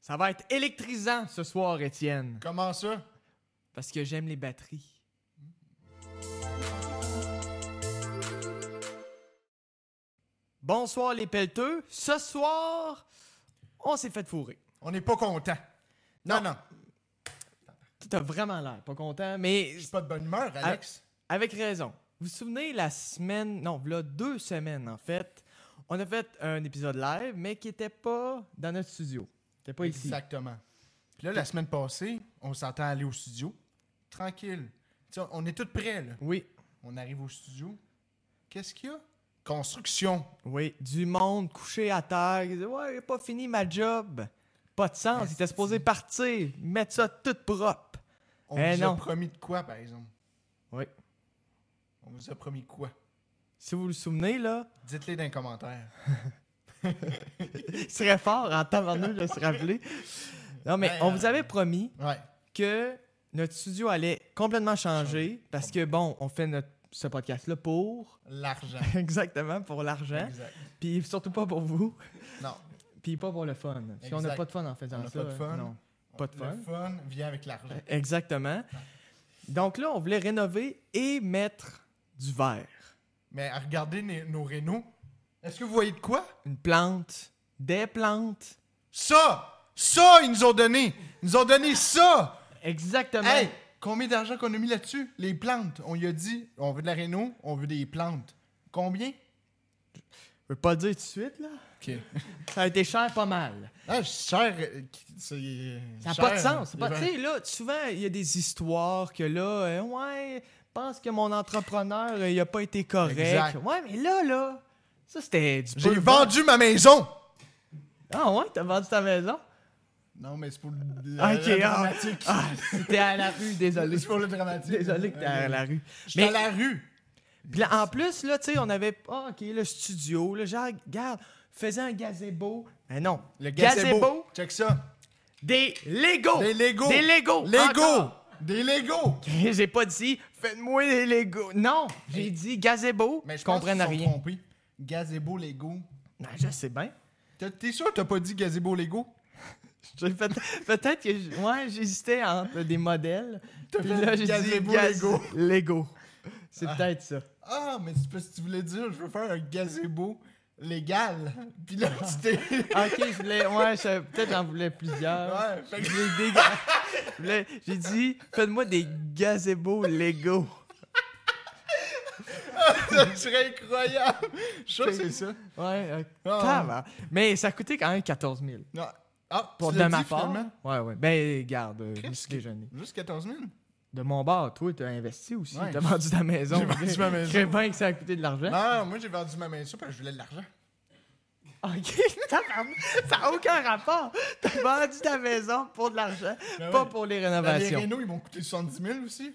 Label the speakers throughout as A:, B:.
A: Ça va être électrisant ce soir, Étienne,
B: Comment ça?
A: parce que j'aime les batteries. Bonsoir les pelleteux. Ce soir, on s'est fait fourrer.
B: On n'est pas content. Non, non.
A: T'as vraiment l'air pas content, mais
B: Je suis pas de bonne humeur,
A: Ah,
B: Alex.
A: Avec raison. Vous vous souvenez, la semaine, non, là, deux semaines en fait, on a fait un épisode live, mais qui n'était pas dans notre studio. C'était pas ici.
B: Exactement. Puis là, la semaine passée, on s'entend aller au studio. Tranquille. Tu sais, on est tous prêts, là.
A: Oui,
B: On arrive au studio. Qu'est-ce qu'il y a? Construction.
A: oui. Du monde couché à terre, qui disait Ouais, j'ai pas fini ma job. Pas de sens, il était supposé partir, mettre ça tout propre.
B: On
A: Eh
B: vous
A: non.
B: a promis de quoi, par exemple?
A: Oui.
B: On vous a promis quoi?
A: Si vous vous souvenez, là,
B: Dites-les dans les commentaires.
A: il serait fort en temps de se rappeler. Non, mais
B: Ouais,
A: on
B: euh,
A: vous avait promis
B: Ouais.
A: que notre studio allait complètement changer parce que, bon, on fait notre, ce podcast-là pour.
B: L'argent.
A: Exactement, pour l'argent.
B: Exact.
A: Puis surtout pas pour vous.
B: Non.
A: Puis pas pour le fun. Si on n'a
B: Exact.
A: pas de fun en faisant
B: On n'a
A: ça.
B: pas de fun.
A: Non. Pas de fun.
B: Le fun vient avec l'argent.
A: Exactement. Donc là, on voulait rénover et mettre du verre.
B: Mais regardez nos, nos rénaux. Est-ce que vous voyez de quoi?
A: Une plante, des plantes.
B: Ça! Ça, ils nous ont donné! Ils nous ont donné ça!
A: Exactement.
B: Hey! Combien d'argent qu'on a mis là-dessus? Les plantes. On lui a dit, on veut de la réno, on veut des plantes. Combien?
A: Je veux pas le dire tout de suite, là.
B: OK.
A: Ça a été cher pas mal.
B: Ah, cher... euh, qui- c'est-
A: Ça n'a
B: cher,
A: pas de sens. c'est
B: euh,
A: pas- Tu sais, là, souvent, il y a des histoires que là, euh, ouais, je pense que mon entrepreneur, euh, il a pas été correct.
B: Exact.
A: Ouais, mais là, là, ça, c'était du
B: J'ai
A: peu-
B: vendu ma maison!
A: Ah ouais, t'as vendu ta maison?
B: Non, mais c'est pour le,
A: Ok,
B: le
A: ah.
B: dramatique.
A: Ah, t'es à la rue, désolé.
B: C'est pour le dramatique.
A: Désolé que t'es à la rue.
B: J'étais
A: Mais
B: à la rue.
A: puis là, en plus, là, tu sais, on avait. Ah, ok, le studio, là, genre, regarde, faisais un gazebo. Mais non,
B: Le gazebo. Check ça.
A: des Legos.
B: Des Legos.
A: Oh. Des Legos.
B: Lego.
A: encore.
B: Des Legos.
A: J'ai pas dit, faites-moi des Legos. Non, j'ai dit gazebo.
B: Mais
A: je
B: je pense
A: comprends
B: qu'ils sont
A: rien.
B: trompés. Gazebo Lego.
A: Non, je sais bien.
B: T'as- T'es sûr que t'as pas dit gazebo Lego?
A: J'ai peut- Peut-être que. j'- Ouais, j'hésitais entre des modèles.
B: T'as
A: Puis
B: fait
A: là, j'ai dit
B: gazebo
A: gaz-
B: Lego.
A: Lego. C'est peut-être ça.
B: Ah, mais c'est parce que tu voulais dire, je veux faire un gazebo légal. Puis là, tu t'es.
A: Ok, je voulais. Ouais, je- peut-être j'en voulais plusieurs.
B: Ah. ouais, fait
A: Je
B: que-
A: voulais des ga- je voulais- J'ai dit, faites-moi des gazebos Lego.
B: ça serait incroyable. Je sais que c'est ça.
A: Ouais, euh,
B: Ah.
A: tabarnak. Mais ça coûtait quand même 14 000.
B: Non. Ah,
A: Pour
B: tu
A: de
B: l'as
A: ma
B: dit,
A: part.
B: finalement?
A: Ouais, ouais. Ben, garde, euh, je me
B: Qu'est-ce
A: suis
B: que-
A: déjeuné.
B: Juste 14 000.
A: De mon bar, toi, t'as investi aussi.
B: Ouais.
A: T'as vendu ta maison.
B: J'ai vendu ma maison.
A: Je sais bien que ça a coûté de l'argent.
B: Non, moi j'ai vendu ma maison parce que je voulais de l'argent.
A: Ok, tabarnak, ça n'a aucun rapport. T'as vendu ta maison pour de l'argent,
B: Ben
A: pas
B: ouais.
A: pour les
B: Les
A: rénovations.
B: rénaux, ils m'ont coûté 70 000 aussi.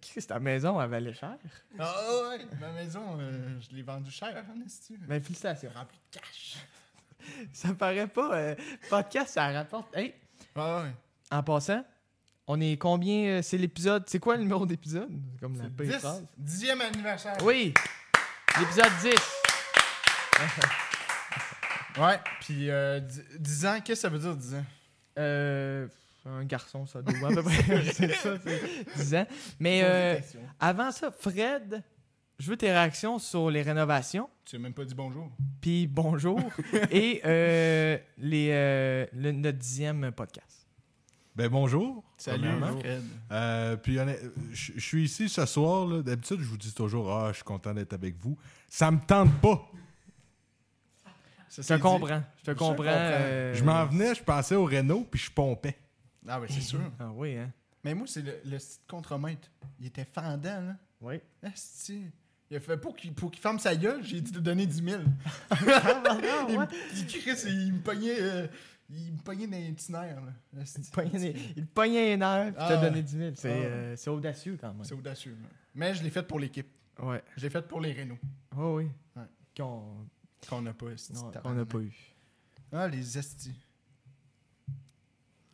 A: Chris, ta maison, elle valait cher.
B: Ah ouais, ma maison, euh, je l'ai vendue cher, en esti.
A: Mais Ben, félicitations.
B: Rempli de cash.
A: Ça paraît pas. euh, podcast, ça rapporte. hein? Hey,
B: Ah ouais.
A: en passant, on est combien euh, C'est l'épisode. C'est quoi le numéro d'épisode Comme la pire
B: 10,
A: phrase.
B: dixième anniversaire.
A: Oui, l'épisode 10.
B: Ouais, puis euh, dix- 10 ans, qu'est-ce que ça veut dire 10 ans?
A: Euh, un garçon, ça doit à peu près. c'est ça, c'est 10 ans. Mais euh,
B: Consultation.
A: avant ça, Fred, je veux tes réactions sur les rénovations.
B: Tu as même pas dit bonjour.
A: puis bonjour et euh, les, euh, le- notre dixième podcast.
C: Ben bonjour.
B: Salut,
C: premièrement.
B: Fred.
C: Euh, puis honnêt- je je suis ici ce soir. là. D'habitude, je vous dis toujours Ah, je suis content d'être avec vous. Ça me tente pas.
B: Ça,
A: Je
B: c'est
A: te
B: dit.
A: comprends, je te
B: Je
A: comprends.
B: comprends.
A: euh,
C: Je m'en venais, je pensais au Renault, puis je pompais.
B: Ah, ouais, c'est sûr.
A: Ah oui, hein?
B: Mais moi, c'est le, le site contremaître. Il était fendant, là.
A: Oui.
B: Asti. Il a fait pour qu'il pour qu'il ferme sa gueule, j'ai dit de donner 10 000. Ah, il, me- il, crisse, il me pognait. euh, il me pognait dans les petits nerfs, là. Asti.
A: Il pognait des- Il te pognait une heure, puis
B: Ah
A: t'a
B: ouais.
A: donné 10 000. C'est
B: Ah ouais.
A: euh, c'est audacieux quand même.
B: C'est audacieux, là. Mais je l'ai fait pour l'équipe.
A: Ouais.
B: Je l'ai fait pour les Renault.
A: Oh, oui.
B: Ouais.
A: Qu'on
B: Qu'on n'a pas, esti,
A: non, qu'on n'a
B: tabarnak.
A: pas eu.
B: Ah, les Asti.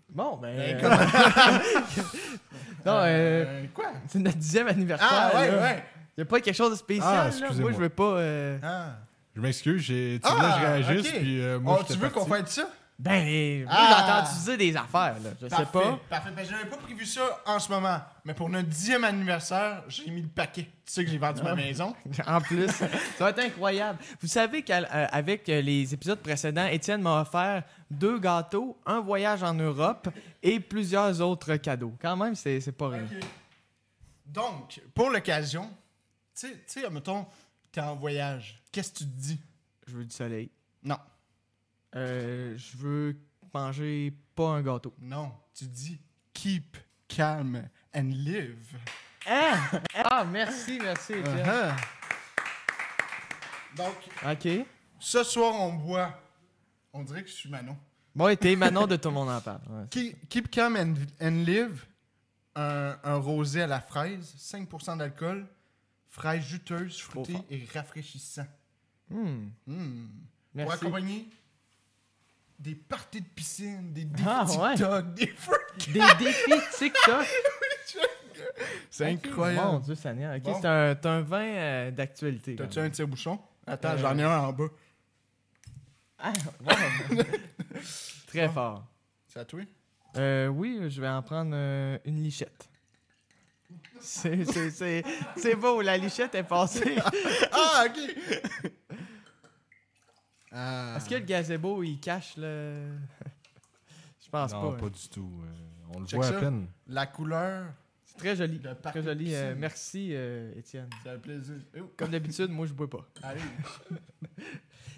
A: Bon, ben.
B: Ben,
A: euh,
B: comment-
A: non, euh,
B: Euh, quoi?
A: c'est notre dixième anniversaire.
B: Ah, ouais,
A: là.
B: ouais.
A: Il n'y a pas quelque chose de
C: Ah,
A: spécial. là. Moi,
C: excusez-moi.
A: je veux pas. euh,
B: Ah.
C: Je m'excuse, j'ai- tu
B: Ah,
C: voulais que je réagisse,
B: ok.
C: puis euh, moi,
B: Oh,
C: j'étais
B: tu veux qu'on
C: parti.
B: fasse ça?
A: Ben, moi,
B: Ah!
A: j'ai entendu dire des affaires, là. Je sais
B: Parfait,
A: pas.
B: Parfait. Ben, j'avais pas prévu ça en ce moment. Mais pour notre dixième anniversaire, j'ai mis le paquet. Tu sais que j'ai vendu
A: Ah.
B: ma maison.
A: En plus, ça va être incroyable. Vous savez qu'avec euh, les épisodes précédents, Étienne m'a offert deux gâteaux, un voyage en Europe et plusieurs autres cadeaux. Quand même, c'est c'est pas rien.
B: Donc, pour l'occasion, tu sais- tu sais, mettons, t'es en voyage. Qu'est-ce que tu te dis?
A: Je veux du soleil.
B: Non.
A: Euh, je veux manger pas un gâteau.
B: Non. Tu dis keep calm and live.
A: Hein? Ah, merci, merci, Étienne.
B: Uh-huh. Donc,
A: OK.
B: ce soir, on boit. On dirait que je suis Manon.
A: Bon, et t'es Manon de Tout le monde en parle. Ouais.
B: Keep, keep calm and, and live. Un, un rosé à la fraise, 5% d'alcool, fraise juteuse, fruitée
A: fort.
B: et rafraîchissant.
A: Hmm,
B: Hmm. Pour
A: merci.
B: accompagner des parties de piscine, des défis
A: Ah, ouais.
B: TikTok, des freaks.
A: Des défis TikTok.
B: C'est
A: Ok,
B: incroyable.
A: Mon Dieu, Seigneur. Ok,
B: Bon.
A: c'est un, t'as un vin euh, d'actualité. quand
B: T'as-tu
A: même.
B: un tir bouchon? Attends,
A: Euh,
B: j'en ai un en bas.
A: Ah, wow. Très fort.
B: C'est à toi?
A: Euh, oui, je vais en prendre euh, une lichette. C'est- C'est c'est- c'est beau, la lichette est passée.
B: Ah, ok! Ah.
A: Est-ce que le gazebo, il cache le... Je pense
C: Non,
A: pas.
C: pas
A: hein.
C: du tout. euh, on le
B: Check
C: voit
B: ça.
C: à peine.
B: La couleur,
A: C'est très joli.
B: Le parc
A: Très
B: de
A: joli. euh,
B: piscine.
A: merci, euh, Étienne.
B: c'est un plaisir. Eh oh,
A: Comme d'habitude, moi, je bois pas.
B: allez.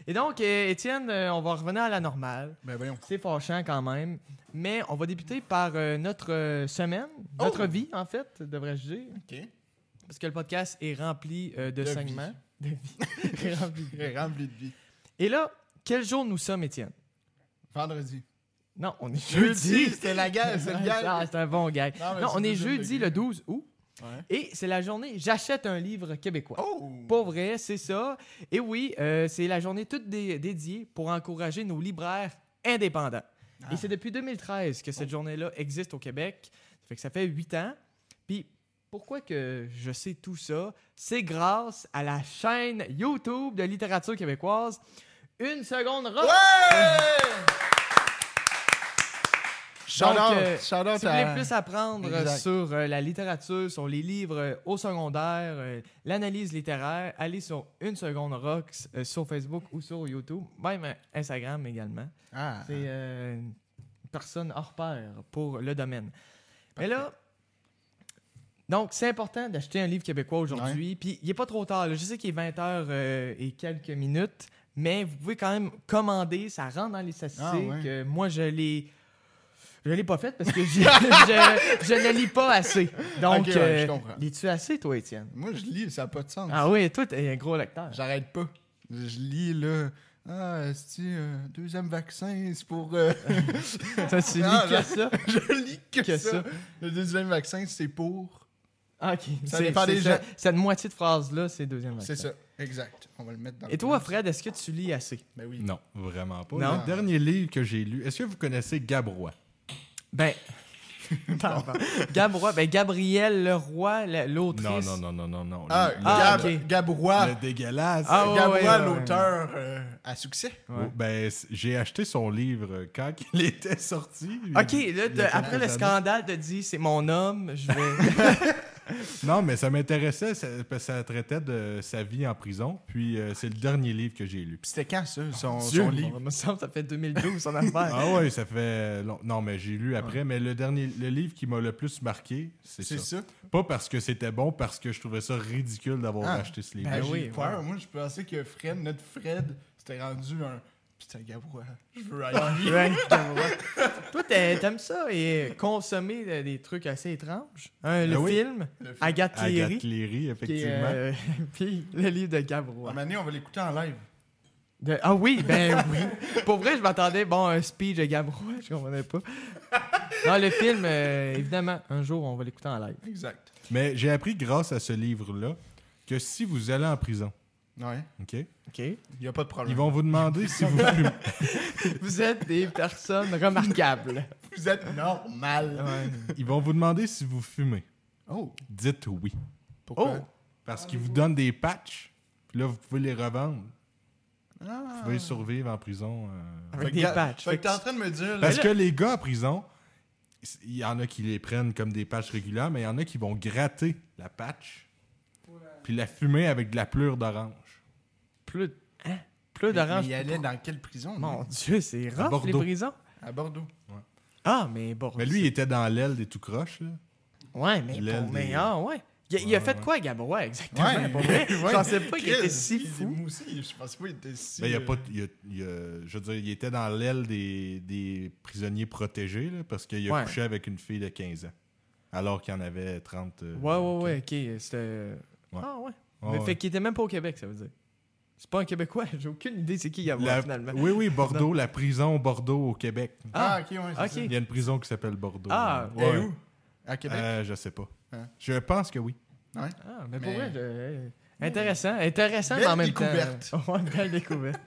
A: Et donc, euh, Étienne, euh, on va revenir à la normale.
B: Ben voyons.
A: C'est fâchant quand même. Mais on va débuter par euh, notre euh, semaine,
B: Oh!
A: notre vie, en fait, devrais-je dire.
B: Ok.
A: Parce que le podcast est rempli euh, de,
B: De vie.
A: segments. De vie. Rempli de vie.
B: Rempli de vie.
A: Et là, quel jour nous sommes, Étienne?
B: Vendredi.
A: Non, on est
B: Jeudi,
A: jeudi.
B: c'était la guerre, c'est le
A: Ah,
B: gars.
A: c'est un bon gag.
B: Non, mais
A: Non,
B: c'est
A: on est
B: deuxième
A: jeudi
B: degré.
A: le 12 août
B: Ouais.
A: et c'est la journée J'achète un livre québécois.
B: Oh!
A: Pas vrai, c'est ça. Et oui, euh, c'est la journée toute dé- dédiée pour encourager nos libraires indépendants.
B: Ah.
A: Et c'est depuis 2013 que cette journée-là existe au Québec. Ça fait que ça fait 8 ans. Puis pourquoi que je sais tout ça? C'est grâce à la chaîne YouTube de littérature québécoise. Une seconde rock!
B: Ouais! Shout
A: Donc, euh,
B: out! Shout out
A: Si vous voulez
B: à.
A: plus apprendre euh,
B: Exact.
A: sur euh, la littérature, sur les livres euh, au secondaire, euh, l'analyse littéraire, allez sur Une Seconde Rock euh, sur Facebook ou sur YouTube, même euh, Instagram également.
B: Ah.
A: C'est euh, une personne hors pair pour le domaine. Mais là, donc c'est important d'acheter un livre québécois aujourd'hui. Puis il n'est pas trop tard. là. Je sais qu'il est 20h et quelques minutes, mais vous pouvez quand même commander. Ça rentre dans les statistiques.
B: Ah ouais.
A: Euh, moi, je l'ai. Je l'ai pas faite parce que je, je- je ne lis pas assez. Donc,
B: Ok, ouais, je
A: euh,
B: comprends.
A: lis-tu assez, toi, Étienne?
B: Moi, je lis, ça n'a pas de sens.
A: Ah oui, toi, t'es un gros lecteur.
B: J'arrête pas. Je lis là. Ah, c'est deuxième vaccin, c'est pour. euh,
A: Toi, tu lis
B: Ah,
A: que ça?
B: je lis que,
A: Que
B: ça.
A: ça.
B: Le deuxième vaccin, c'est pour.
A: Ah, OK.
B: Ça
A: C'est-
B: dépend
A: c'est
B: des
A: ça.
B: gens.
A: Cette moitié de phrase-là, c'est deuxième
B: C'est
A: accent.
B: ça, exact. On va le mettre dans.
A: Et
B: le
A: toi,
B: coin.
A: Fred, est-ce que tu lis assez?
B: Ben oui.
C: Non, vraiment pas.
A: Non.
C: Le dernier livre que j'ai lu, est-ce que vous connaissez Gabrois?
A: Ben. Pardon. Gabrois, ben Gabriel Leroy, la-
C: Non,
A: l'autrice.
C: non, non, non, non, non.
B: Ah,
C: Le-
A: Ah,
B: Gab,
A: ok.
B: Gabrois.
C: le dégueulasse.
A: Ah, ouais,
B: Gabrois,
A: ouais, ouais, ouais.
B: l'auteur euh, à succès.
A: Ouais.
C: Oh, ben, c- j'ai acheté son livre euh, quand il était sorti.
A: Ok,
C: Il y
A: là,
C: a
A: de-
C: quelques
A: après le
C: années.
A: scandale, de dit c'est mon homme, je vais.
C: Non, mais ça m'intéressait ça- parce que ça traitait de sa vie en prison. Puis euh, c'est le dernier livre que j'ai lu.
B: Puis C'était quand ça, son,
C: Dieu,
B: son
C: mon
B: livre
A: Il me semble que ça fait 2012 son affaire.
C: Ah ouais, ça fait long- Non, mais j'ai lu après. Mais le dernier, le livre qui m'a le plus marqué, c'est
B: C'est
C: ça.
B: ça.
C: Pas parce que c'était bon, parce que je trouvais ça ridicule d'avoir
B: Ah.
C: acheté ce livre.
A: Ben
B: Ben
A: oui,
B: oui. Peur. Moi, je pensais que Fred, notre Fred, c'était rendu un. Putain, Gabrois, je veux
C: Ah.
B: aller.
A: Ouais, Gabrois. Toi, t'aimes t'aimes ça et consommer de- des trucs assez étranges. Hein, le,
C: Ben oui.
A: film,
B: Le film.
A: Agathe
C: Agathe
A: Thierry.
C: Léry,
A: Puis,
C: effectivement.
A: euh, puis le livre de Gabrois.
B: Un moment donné, on va l'écouter en live.
A: De- Ah oui, ben oui. Pour vrai, je m'attendais, bon, un speech de Gabrois, je comprenais pas. Non, le film, euh, évidemment, un jour, on va l'écouter en live.
B: Exact.
C: Mais j'ai appris grâce à ce livre-là que si vous allez en prison,
B: Ouais.
C: OK,
A: OK.
B: Il n'y a pas de problème.
C: ils vont vous demander si vous fumez.
A: Vous êtes des personnes remarquables.
B: Vous êtes normal.
C: Ils vont vous demander si vous fumez.
B: Oh.
C: Dites oui.
B: Pourquoi?
C: Parce qu'ils vous donnent des patchs. Puis là, vous pouvez les revendre. Vous
B: Ah.
C: pouvez survivre en prison. euh,
A: Avec
B: Fait que
A: des
B: t'as-
A: patchs.
B: Fait que t'es en
A: tu-
B: train de me dire.
C: Parce
B: là-
C: que les gars à prison, il y en a qui les prennent comme des patchs régulières, mais il y en a qui vont gratter la patch puis la fumer avec de la plure d'orange.
A: plus hein? plus
B: Mais- mais
A: d'orange.
B: Il allait
A: pour-
B: dans quelle prison
A: Mon
B: lui?
A: Dieu, c'est
C: À
A: rough les
C: Bordeaux.
A: prisons.
B: À Bordeaux.
A: Ah, mais bon.
C: Mais lui, il était dans l'aile des tout croches. là.
A: Ouais, mais
C: L'aile
A: bon, mais
C: des-
A: ah, ouais. Il, a- il a
C: Ouais,
A: fait
C: ouais.
A: quoi, Gabois, exactement? pour vrai?
B: ouais.
A: Je pensais pas qu'il était
B: Chris,
A: si
B: il-
A: fou.
B: Moi aussi, je pensais pas qu'il était si.
C: Mais Ben, il y a
B: euh,
C: pas, il y a- il y a- je veux dire, il était dans l'aile des, des prisonniers protégés là, parce qu'il a
A: Ouais.
C: couché avec une fille de 15 ans, alors qu'il en avait 30. euh,
A: Ouais, ouais,
C: donc,
A: ouais, ok. C'était. Ah, ouais.
C: ouais,
A: mais
C: ouais.
A: fait qu'il était même pas au Québec, ça veut dire. C'est pas un Québécois, j'ai aucune idée c'est qui Gabois,
C: La-
A: finalement.
C: Oui, oui, Bordeaux, la prison Bordeaux au Québec.
B: Ah, ok, ouais. c'est
A: Ok.
B: ça.
C: Il y a une prison qui s'appelle Bordeaux.
A: Ah,
B: Elle est où À Québec.
C: Euh, je sais pas.
B: Hein?
C: Je pense que oui.
A: Ah, mais pour
B: Mais-
A: vrai, je- intéressant, intéressant,
B: Belle
A: mais en même
B: découverte.
A: temps. Ouais, belle découverte.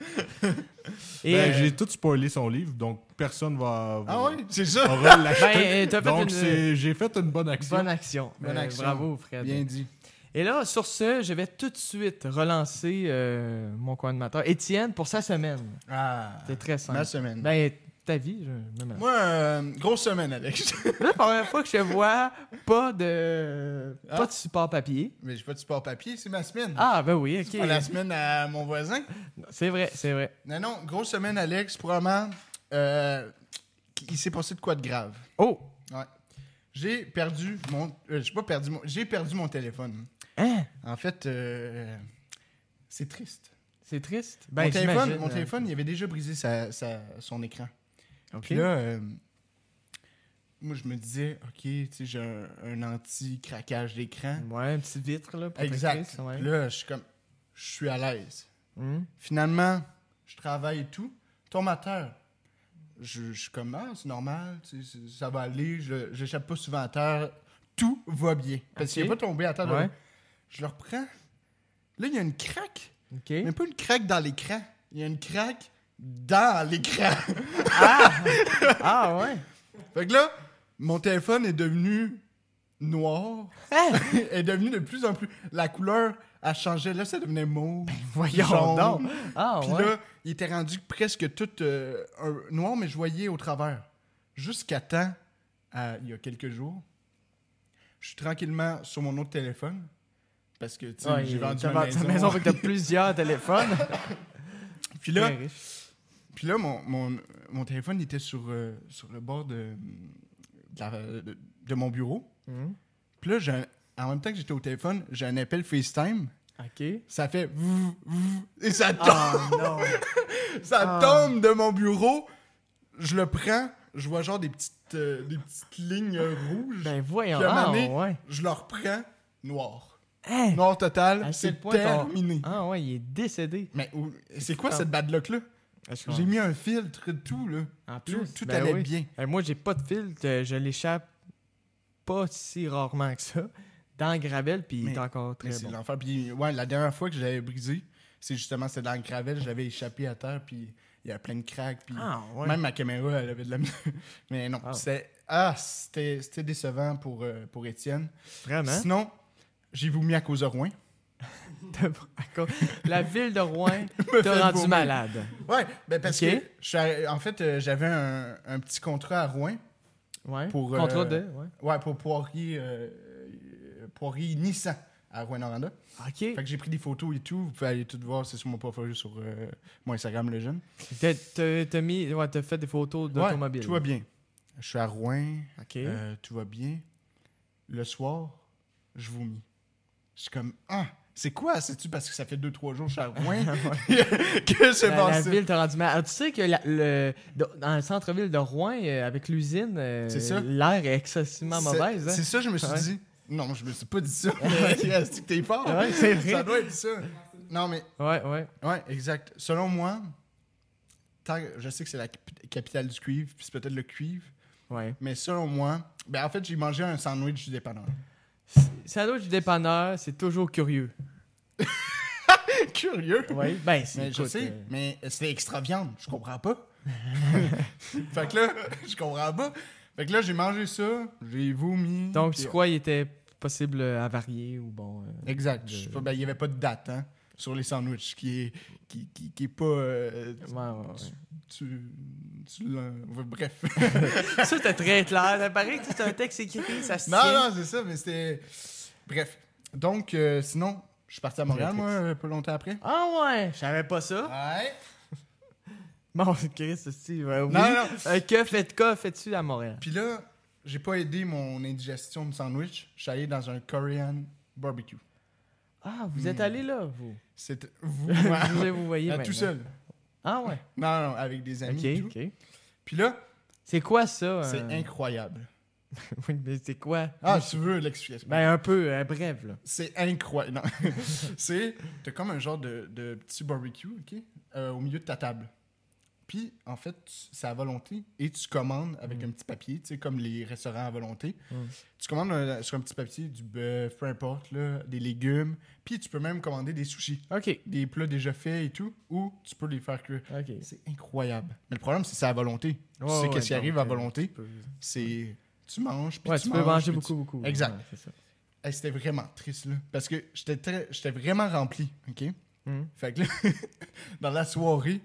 A: Et
C: Ben,
A: euh,
C: J'ai tout spoilé son livre, donc personne va. va-
B: Ah, ouais, c'est ça.
C: aura l'acheté.
A: ben, t'as fait
C: donc,
A: une
C: c'est- j'ai fait une bonne action.
A: bonne action.
B: Bonne
A: Euh,
B: action.
A: Bravo, Fred.
B: Bien dit.
A: Et là, sur ce, je vais tout de suite relancer euh, mon co-animateur Étienne pour sa semaine.
B: Ah.
A: C'est très
B: Ma
A: simple.
B: semaine.
A: Ben, ta vie, je me
B: Moi, euh, grosse semaine, Alex.
A: La première fois que je te vois, pas de, pas
B: Ah.
A: de support papier.
B: Mais j'ai pas de support papier, c'est ma semaine.
A: Ah, ben oui,
B: C'est pas la
A: ok.
B: semaine à mon voisin.
A: C'est vrai, c'est vrai.
B: Non, non, grosse semaine, Alex. Probablement, euh, il s'est passé de quoi de grave.
A: Oh!
B: Ouais. J'ai perdu mon. euh, j'ai pas perdu mon. J'ai perdu mon téléphone.
A: Hein?
B: En fait, euh, c'est triste.
A: C'est triste? Ben,
B: mon téléphone,
A: j'imagine,
B: mon
A: euh,
B: téléphone, il avait déjà brisé sa- sa- son écran.
A: ok.
B: Puis là, euh, moi, je me disais, OK, tu sais, j'ai un, un anti-craquage d'écran.
A: Ouais, une petite vitre, là, pour
B: Exact. Puis là, je suis comme, je suis à l'aise.
A: Hum.
B: Finalement, je travaille et tout. Tombe à terre. Je, je suis comme, ah, c'est normal, tu sais, c'est- ça va aller, je n'échappe pas souvent à terre. Tout va bien. Parce
A: Ok.
B: qu'il n'est pas tombé à terre. là.
A: Ouais.
B: Je le reprends. Là, il y a une craque.
A: OK.
B: Mais pas une craque dans l'écran. Il y a une craque dans l'écran.
A: Ah, ouais.
B: Fait que là, mon téléphone est devenu noir.
A: Hein?
B: est devenu de plus en plus. La couleur a changé. Là, ça devenait mauve.
A: Ben, Voyons
B: jaune.
A: donc. Ah,
B: Puis
A: ouais.
B: là, il était rendu presque tout euh, un- noir, mais je voyais au travers. Jusqu'à temps, à- il y a quelques jours, je suis tranquillement sur mon autre téléphone. Parce que, tu sais,
A: Ouais,
B: j'ai vendu
A: t'as
B: ma
A: vendu ta
B: maison.
A: maison avec t'as plusieurs téléphones.
B: Puis là,
A: Très riche.
B: Puis là, mon, mon, mon téléphone il était sur, euh, sur le bord de, de, la- de- de mon bureau.
A: Hum.
B: Puis là, j'ai un- en même temps que j'étais au téléphone, j'ai un appel FaceTime.
A: OK.
B: Ça fait vou- vou- et ça tombe,
A: Ah, non.
B: ça
A: ah.
B: tombe de mon bureau. Je le prends, je vois genre des petites, euh, des petites lignes euh, rouges.
A: Ben, voyons.
B: Puis à un
A: Ah,
B: moment donné,
A: ouais.
B: Je le reprends, noir.
A: Hein?
B: Noir
A: À
B: total,
A: quel
B: c'est
A: point ton-
B: terminé.
A: Ah, ouais, il est décédé.
B: Mais où- c'est quoi
A: Putain.
B: cette bad luck là J'ai mis un filtre et tout là.
A: En
B: Tout,
A: plus,
B: tout
A: ben
B: allait
A: oui.
B: bien.
A: Euh, moi, j'ai pas de filtre. euh, Je l'échappe pas si rarement que ça. Dans Gravel, puis il est
B: Mais-
A: encore très
B: Mais c'est
A: bon.
B: l'enfer. Puis, ouais, la dernière fois que j'avais brisé, c'est justement, c'était dans le gravel, j'avais échappé à terre, puis il y avait plein de craques, puis
A: Ah, ouais.
B: même ma caméra, elle avait de la misère. Mais non,
A: Ah.
B: c'est- ah, c'était c'était décevant pour, euh, pour Étienne.
A: Vraiment.
B: Sinon, j'ai vomi à cause de Rouen.
A: T'as- à cause- La ville de Rouen
B: Me fait
A: t'a rendu
B: vomir.
A: malade.
B: Ouais, ben parce
A: Ok.
B: que, je suis arri- en fait, euh, j'avais un, un petit contrat à Rouen,
A: Ouais.
B: Pour, euh,
A: Contrat de. Ouais.
B: ouais, pour Poirier, euh, euh, Poirier Nissan à Rouen-Noranda. Fait
A: Ok.
B: que j'ai pris des photos et tout, vous pouvez aller tout voir, c'est sur mon profil sur euh, mon Instagram, le jeune.
A: T'as- T'as t'as mis. Ouais, t'as fait des photos d'automobile.
B: Ouais, tout va bien. Je suis à Rouen,
A: Ok.
B: euh, tout va bien. Le soir, je vomis. Je suis comme, ah, c'est quoi? C'est-tu parce que ça fait 2-3 jours que je suis à Rouen que c'est
A: La, la
B: passé?
A: ville t'a rendu malade. Ah, tu sais que la- le, dans- dans le centre-ville de Rouen, euh, avec l'usine, euh,
B: C'est ça.
A: l'air est excessivement
B: C'est-
A: mauvaise. hein.
B: C'est ça, je me suis
A: Ouais.
B: dit. Non, je me suis pas dit ça. Est-ce que t'es fort?
A: Ouais, c'est vrai.
B: Ça doit être ça. Non, mais,
A: Ouais, ouais.
B: ouais, exact. Selon moi, tant que- je sais que c'est la cap- capitale du cuivre, puis c'est peut-être le cuivre,
A: Ouais.
B: mais selon moi, ben en fait, j'ai mangé un sandwich du dépanneur.
A: Sandwich du dépanneur, c'est toujours curieux.
B: Curieux!
A: Oui, ben c'est.
B: Mais je
A: écoute,
B: sais,
A: euh,
B: mais c'était extra viande, je comprends pas. fait que là, je comprends pas. Fait que là, j'ai mangé ça, j'ai vomi.
A: Donc, tu
B: puis-
A: crois qu'il était possible euh, avarié ou bon. euh,
B: Exact. je sais pas, ben, il y avait pas de date, hein. sur les sandwichs, qui est, qui, qui, qui est pas. euh,
A: Ouais, ouais, ouais.
B: tu, tu l'en- bref.
A: Ça, c'était très clair. Ça paraît que c'est un texte écrit, ça se
B: non,
A: tient.
B: non, c'est ça, mais c'était. Bref. Donc, euh, sinon, je suis parti à Montréal, moi, euh, pas longtemps après.
A: Ah ouais, je savais pas ça.
B: Ouais.
A: Bon, Chris, aussi, ouais, oui.
B: Non, non.
A: Euh, que faites quoi fais-tu à Montréal?
B: Puis là, j'ai pas aidé mon indigestion de sandwich. Je suis allé dans un Korean barbecue.
A: Ah,
B: Hmm.
A: vous êtes allé là, vous?
B: C'était vous,
A: Vous vous voyez
B: Ah,
A: maintenant.
B: tout seul.
A: Ah ouais,
B: Non, non, non, avec des amis
A: ok,
B: et tout.
A: ok.
B: Puis là,
A: C'est quoi ça?
B: c'est
A: euh,
B: incroyable.
A: Oui, mais c'est quoi?
B: Ah, tu veux l'explication?
A: Ben, un peu, euh, bref, là.
B: C'est incroyable. Non. c'est. T'as comme un genre de, de petit barbecue, OK? euh, au milieu de ta table. Puis, en fait, tu- c'est à volonté et tu commandes avec un petit papier, tu sais, comme les restaurants à volonté.
A: Mm.
B: Tu commandes euh, sur un petit papier du bœuf, peu importe, là, des légumes. Puis, tu peux même commander des sushis,
A: Ok,
B: des plats déjà faits et tout, ou tu peux les faire cuire.
A: ok.
B: C'est incroyable. Mais le problème, c'est que c'est à volonté. Tu
A: Ouais,
B: sais
A: ouais,
B: qu'est-ce qui
A: donc,
B: arrive à
A: euh,
B: volonté.
A: tu peux-
B: C'est. Tu manges, puis
A: Ouais,
B: tu,
A: tu peux
B: manges,
A: manger
B: puis
A: beaucoup,
B: tu-
A: beaucoup.
B: Exact.
A: Ouais, c'est ça.
B: Hey, c'était vraiment triste, là. Parce que j'étais très- j'étais vraiment rempli, OK?
A: Mhm.
B: Fait que là, dans la soirée,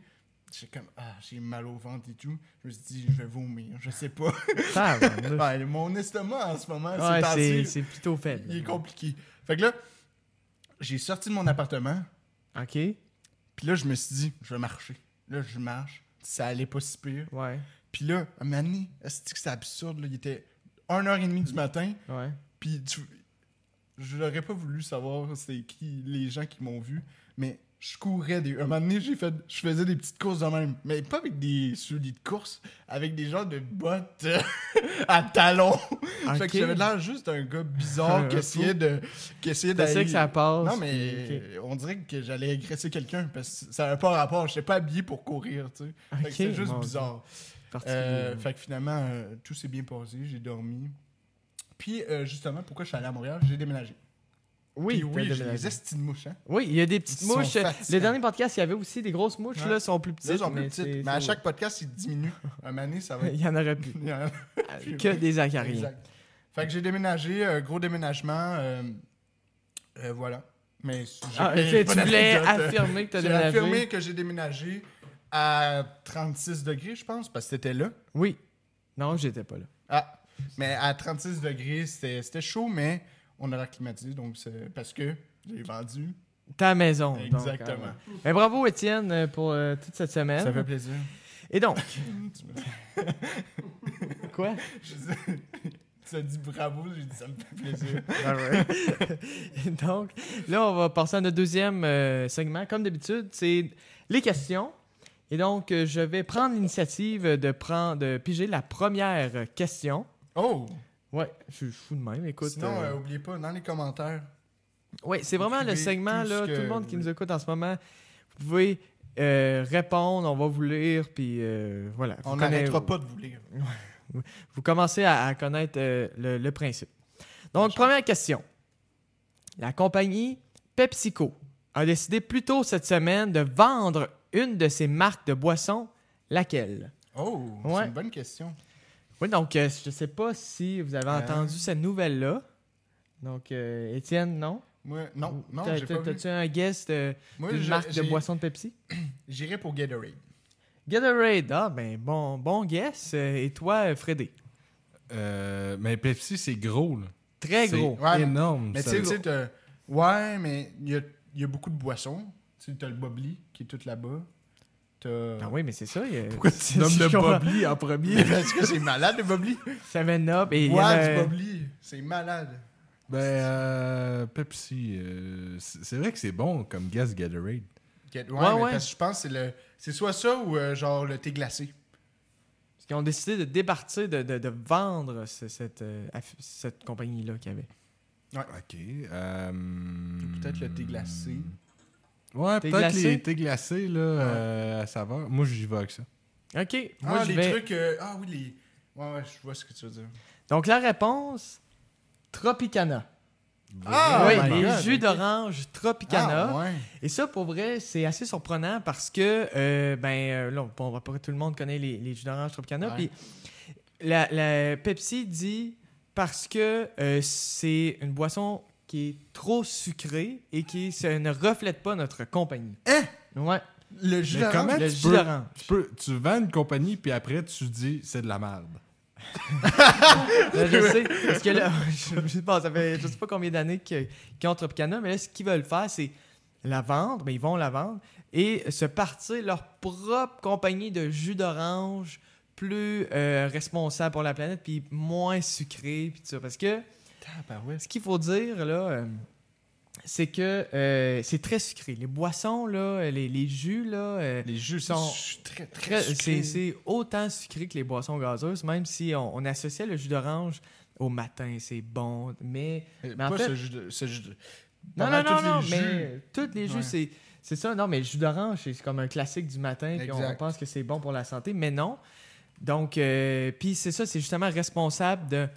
B: j'ai comme, ah, j'ai mal au ventre et tout. Je me suis dit, je vais vomir, je sais pas.
A: Ça, ouais, là,
B: Ouais, mon estomac en ce moment,
A: ouais,
B: c'est
A: c'est,
B: passé.
A: c'est plutôt faible.
B: Il est compliqué. Fait que là, j'ai sorti de mon appartement,
A: Ok, ouais.
B: puis là, je me suis dit, je vais marcher. Là, je marche. Ça allait pas si pire. Puis là, à un moment donné, c'est que c'est absurde, là. Il était 1h30 du matin.
A: Ouais.
B: Puis tu... je l'aurais pas voulu savoir c'est qui les gens qui m'ont vu, mais je courais des. Un moment donné, j'ai fait... je faisais des petites courses de même, mais pas avec des souliers de course, avec des genres de bottes euh, à talons. fait
A: Ok.
B: que j'avais l'air juste d'un gars bizarre qui
A: Un
B: essayait de qui essayait
A: Je sais
B: d'aller-
A: que ça passe.
B: Non
A: puis-
B: mais on dirait que j'allais agresser quelqu'un parce que ça n'avait pas rapport, j'étais pas habillé pour courir, tu sais.
A: Ok,
B: Fait que c'était juste
A: mon Dieu.
B: bizarre.
A: Particulier, hein.
B: Euh,
A: ouais.
B: fait que finalement, euh, tout s'est bien passé, j'ai dormi. Puis, euh, justement, pourquoi je suis allé à Montréal? J'ai déménagé.
A: oui,
B: Puis
A: t'as
B: oui, j'ai
A: déménagé.
B: des estis de mouches. Hein?
A: Oui, il y a des petites
B: Ils sont
A: mouches.
B: fatigants.
A: Le dernier podcast, il y avait aussi des grosses mouches,
B: Ouais.
A: là, sont plus petites.
B: Là, ils sont plus petites,
A: c'est-
B: mais à
A: c'est-
B: chaque podcast, ils diminuent. Un année, ça va
A: Il
B: être...
A: y en aurait plus. que des acariens.
B: exact. Fait que j'ai déménagé, euh, gros déménagement. euh, euh, voilà. Mais j'ai-
A: Ah,
B: j'ai
A: tu
B: pas
A: voulais
B: d'anecdote.
A: affirmer que t'as
B: J'ai
A: déménagé.
B: affirmé que j'ai déménagé à 36 degrés, je pense, parce que c'était là.
A: Oui. Non, j'étais pas là.
B: Ah, mais à 36 degrés, c'était c'était chaud, mais on a l'air climatisé, donc c'est parce que j'ai vendu.
A: Ta maison. donc,
B: Exactement.
A: euh, Mais bravo, Étienne, euh, pour euh, toute cette semaine.
B: Ça fait plaisir. Hum,
A: Et donc. Quoi?
B: Je sais- tu as dit bravo, j'ai dit ça me fait plaisir.
A: Ah Et donc, là, on va passer à notre deuxième euh, segment. Comme d'habitude, c'est les questions. Et donc, euh, je vais prendre l'initiative de, prendre, de piger la première euh, question.
B: Oh!
A: Ouais, je suis fou de même, écoute.
B: Sinon,
A: euh,
B: euh, oubliez pas, dans les commentaires.
A: Oui, c'est vraiment le
B: écrivez
A: segment,
B: tout
A: là,
B: ce
A: tout le
B: que
A: monde qui
B: vous
A: nous écoute en ce moment, vous pouvez euh, répondre, on va vous lire, puis euh, voilà. Vous
B: On
A: conna-
B: n'arrêtera pas de vous lire.
A: Vous commencez à, à connaître euh, le, le principe. Donc, première question. La compagnie PepsiCo a décidé plus tôt cette semaine de vendre une de ses marques de boissons, laquelle?
B: Oh,
A: Ouais.
B: c'est une bonne question.
A: Oui, donc, euh, je ne sais pas si vous avez
B: Euh.
A: entendu cette nouvelle-là. Donc, euh, Étienne, non?
B: Moi, non, non,
A: T'as-
B: j'ai pas
A: t'as-
B: vu.
A: T'as-tu un guess de-
B: Moi,
A: d'une
B: je-
A: marque de
B: j'ai-
A: boissons de Pepsi?
B: J'irai pour Gatorade.
A: Gatorade, ah ben bon, bon guess. Euh, Et toi, euh, Freddy?
C: Euh, mais Pepsi, c'est gros, là.
A: Très
C: C'est
A: gros.
B: Ouais,
C: énorme.
B: Mais tu
C: ça.
B: sais, tu sais, t'as- ouais, mais il y a, il y a beaucoup de boissons. Tu sais, t'as le Bobli qui est tout là-bas. T'as.
A: Ah oui, mais c'est ça. il y a-
C: Pourquoi tu nommes
A: si
C: le
A: je comprends-
C: Bobli en premier?
B: Mais parce que c'est malade, le Bobli.
A: Seven Up et il y en
B: Ouais,
A: a-
B: du Bobli. C'est malade.
C: ben, euh, Pepsi, euh, c'est c'est vrai que c'est bon comme Gas Gatorade.
B: Get-
A: Ouais,
B: Ouais, mais
A: ouais.
B: parce que je pense que c'est le... c'est soit ça ou euh, genre le thé glacé.
A: Parce qu'ils ont décidé de départir, de, de- de vendre ce- cette, euh, aff- cette compagnie-là qu'il y avait.
C: OK. euh,
B: Peut-être le thé glacé.
C: Ouais,
A: Thé
C: peut-être
A: glacé?
C: les thé glacés, là, euh, à saveur. Moi, j'y vais avec ça.
A: OK, moi
B: Ah,
A: je
B: les
A: vais...
B: trucs. euh, Ah oui, les. Ouais, ouais, je vois ce que tu veux dire.
A: Donc la réponse, Tropicana.
B: Ah,
A: oui,
B: my
A: les
B: God,
A: jus
B: ok.
A: d'orange Tropicana.
B: Ah, ouais.
A: Et ça, pour vrai, c'est assez surprenant parce que, euh, ben, euh, là, on, on va pas- tout le monde connaît les, les jus d'orange Tropicana.
B: Ouais.
A: Puis, la, la Pepsi dit parce que euh, c'est une boisson qui est trop sucré et qui se- ne reflète pas notre compagnie.
B: Hein?
A: Ouais.
B: Le jus
C: Mais
B: d'orange,
C: comment
A: le
C: tu
A: jus
C: peux-
A: d'orange.
C: tu peux- tu vends une compagnie, puis après, tu dis c'est de la merde.
A: Là, je sais, parce que là, je, je pense, ça fait je sais pas combien d'années que- qu'ils ont Tropicana, mais là, ce qu'ils veulent faire, c'est la vendre, mais ils vont la vendre, et se partir leur propre compagnie de jus d'orange plus euh, responsable pour la planète, puis moins sucré, puis tout ça. Parce que
B: Tabarouette.
A: ce qu'il faut dire, là, euh, c'est que euh, c'est très sucré. Les boissons, là, les, les jus, là, euh,
B: Les jus
A: sont
B: sont très,
A: Très-
B: très,
A: C'est
B: sucrés.
A: c'est autant sucré que les boissons gazeuses, même si on, on associait le jus d'orange au matin, c'est bon, mais...
B: Euh,
A: mais en
B: pas
A: fait-
B: ce jus de... Ce jus de...
A: Non, non,
B: Pendant
A: non,
B: tous
A: non,
B: les jus.
A: mais tous les jus,
B: Ouais.
A: c'est... C'est ça, non, mais le jus d'orange, c'est comme un classique du matin, puis on,
B: Exact.
A: on pense que c'est bon pour la santé, mais non. Donc, euh, puis c'est ça, c'est justement responsable de,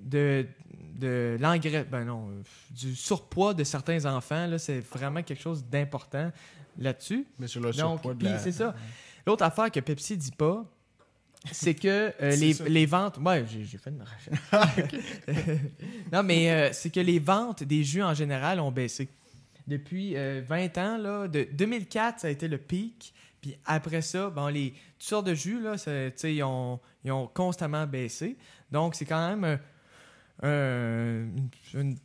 A: de, de l'engrais, ben non, euh, du surpoids de certains enfants, là, c'est vraiment quelque chose d'important là-dessus.
B: Mais sur le
A: Donc,
B: surpoids de
A: puis
B: la-
A: c'est ça. L'autre affaire que Pepsi dit pas, c'est que euh,
B: C'est
A: les,
B: ça. Ah,
A: les ventes. Ouais, j'ai, j'ai fait de ma recherche. non, mais euh, c'est que les ventes des jus en général ont baissé. Depuis euh, 20 ans, là, de 2004, ça a été le pic. Puis après ça, bon, les toutes sortes de jus, là, ça- tu sais, ils, ont, ils ont constamment baissé. Donc, c'est quand même euh, euh, une- une-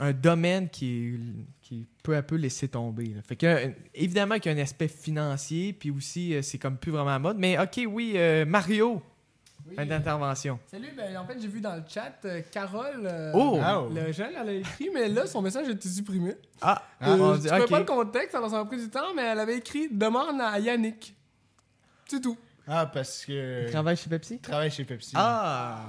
A: un domaine qui, qui peu à peu laissé tomber. là. Fait que, euh, évidemment qu'il y a un aspect financier, puis aussi, euh, c'est comme plus vraiment à mode. Mais OK, oui, euh, Mario,
D: Oui.
A: une intervention.
D: Salut, ben, en fait, j'ai vu dans le chat euh, Carole. euh,
A: Oh!
B: Ah, oh.
D: Le jeune, elle a écrit, mais là, son message a été supprimé.
A: Ah,
D: Euh,
A: on
D: je
A: dit-
D: ne trouvais
A: ok.
D: pas le contexte, alors ça m'a pris du temps, mais elle avait écrit Demande à Yannick. C'est tout.
B: Ah, parce que...
A: Il
B: Travaille
A: travaille Euh, chez Pepsi?
B: chez Pepsi.
A: Ah!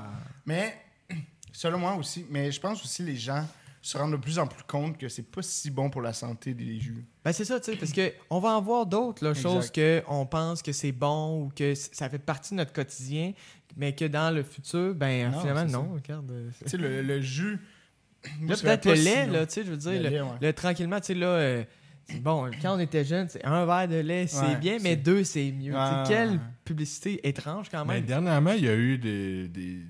B: Mais, selon moi aussi, mais je pense aussi les gens se rendent de plus en plus compte que c'est pas si bon pour la santé des jus.
A: Ben c'est ça, tu sais, parce qu'on va en voir d'autres là,
B: Exact.
A: choses qu'on pense que c'est bon ou que c- ça fait partie de notre quotidien, mais que dans le futur, ben
B: Non,
A: finalement,
B: c'est
A: non, regarde. euh,
B: Tu sais, le, le jus...
A: Là, peut-être le lait, là, tu sais, je veux dire, le, le tranquillement, tu sais, là, euh, c'est bon, quand on était jeune, c'est un verre de lait, c'est
B: Ouais,
A: bien, mais
B: c'est-
A: deux, c'est mieux.
B: Ouais,
A: Tu sais,
B: ouais,
A: quelle
B: ouais.
A: publicité étrange quand
C: Mais
A: même.
C: dernièrement, il y a eu des, des-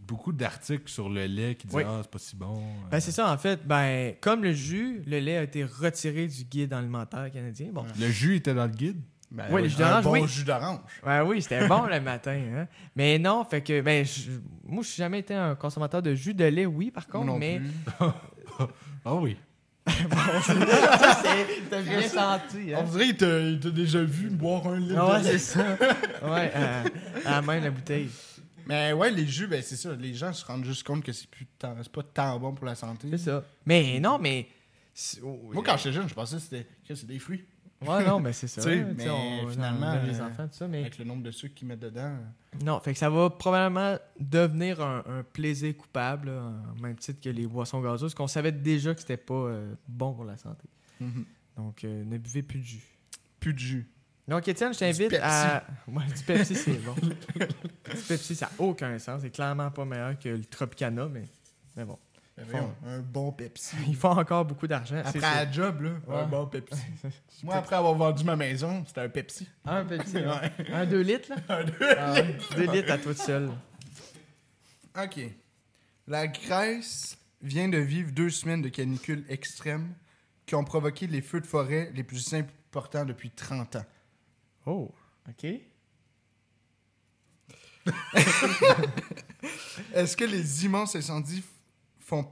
C: beaucoup d'articles sur le lait qui disent
A: Oui.
C: Ah, c'est pas si bon.
A: Ben, c'est ça, en fait, ben, comme le jus, le lait a été retiré du guide alimentaire canadien. Bon,
C: Le jus était dans le guide.
B: Ben,
A: Ouais, le jus d'orange,
B: Un bon
A: oui.
B: jus d'orange.
A: Ouais, ben oui, c'était bon le matin. hein. Mais non, fait que ben, je- moi, je suis jamais été un consommateur de jus de lait, oui, par contre,
B: Moi non
A: mais
B: plus.
C: Ah oui.
A: ça, c'est- t'as bien senti.
B: On
A: Hein?
B: dirait qu'il t'a il t'a déjà vu boire un litre
A: Ah ouais,
B: de
A: c'est ça. Ouais, euh, à la main, la bouteille.
B: Mais ouais, les jus, ben c'est ça. Les gens se rendent juste compte que c'est plus tant- c'est pas tant bon pour la santé.
A: C'est ça. Mais non, mais. c'est- oh,
B: Moi, quand j'étais jeune, je pensais que c'était que c'est des fruits.
A: Ouais, non, mais c'est ça.
B: Tu sais,
A: hein,
B: mais
A: on-
B: finalement,
A: on aime les
B: euh,
A: enfants, tout ça, mais.
B: Avec le nombre de sucre qu'ils mettent dedans.
A: Non, fait que ça va probablement devenir un, un plaisir coupable, là, en même titre que les boissons gazeuses, qu'on savait déjà que c'était pas euh, bon pour la santé.
B: Mhm.
A: Donc, euh, ne buvez plus de jus.
B: Plus de jus.
A: Donc, Étienne, je t'invite
B: Du Pepsi.
A: à. Ouais, du Pepsi, c'est bon. du Pepsi, ça n'a aucun sens. C'est clairement pas meilleur que le Tropicana, mais, mais bon.
B: Ben,
A: Fond.
B: voyons, un bon Pepsi.
A: Ils font encore beaucoup d'argent. c'est
B: Après
A: sûr.
B: la job, là,
A: Ouais.
B: un bon Pepsi. Moi, après avoir vendu ma maison, c'était un Pepsi.
A: Un Pepsi. ouais.
B: Ouais.
A: Un 2 litres, là.
B: Un deux.
A: Ah, deux litres à toi seul.
B: OK. La Grèce vient de vivre deux semaines de canicule extrême qui ont provoqué les feux de forêt les plus importants depuis 30 ans.
A: Oh, OK.
B: Est-ce que les immenses incendies f- font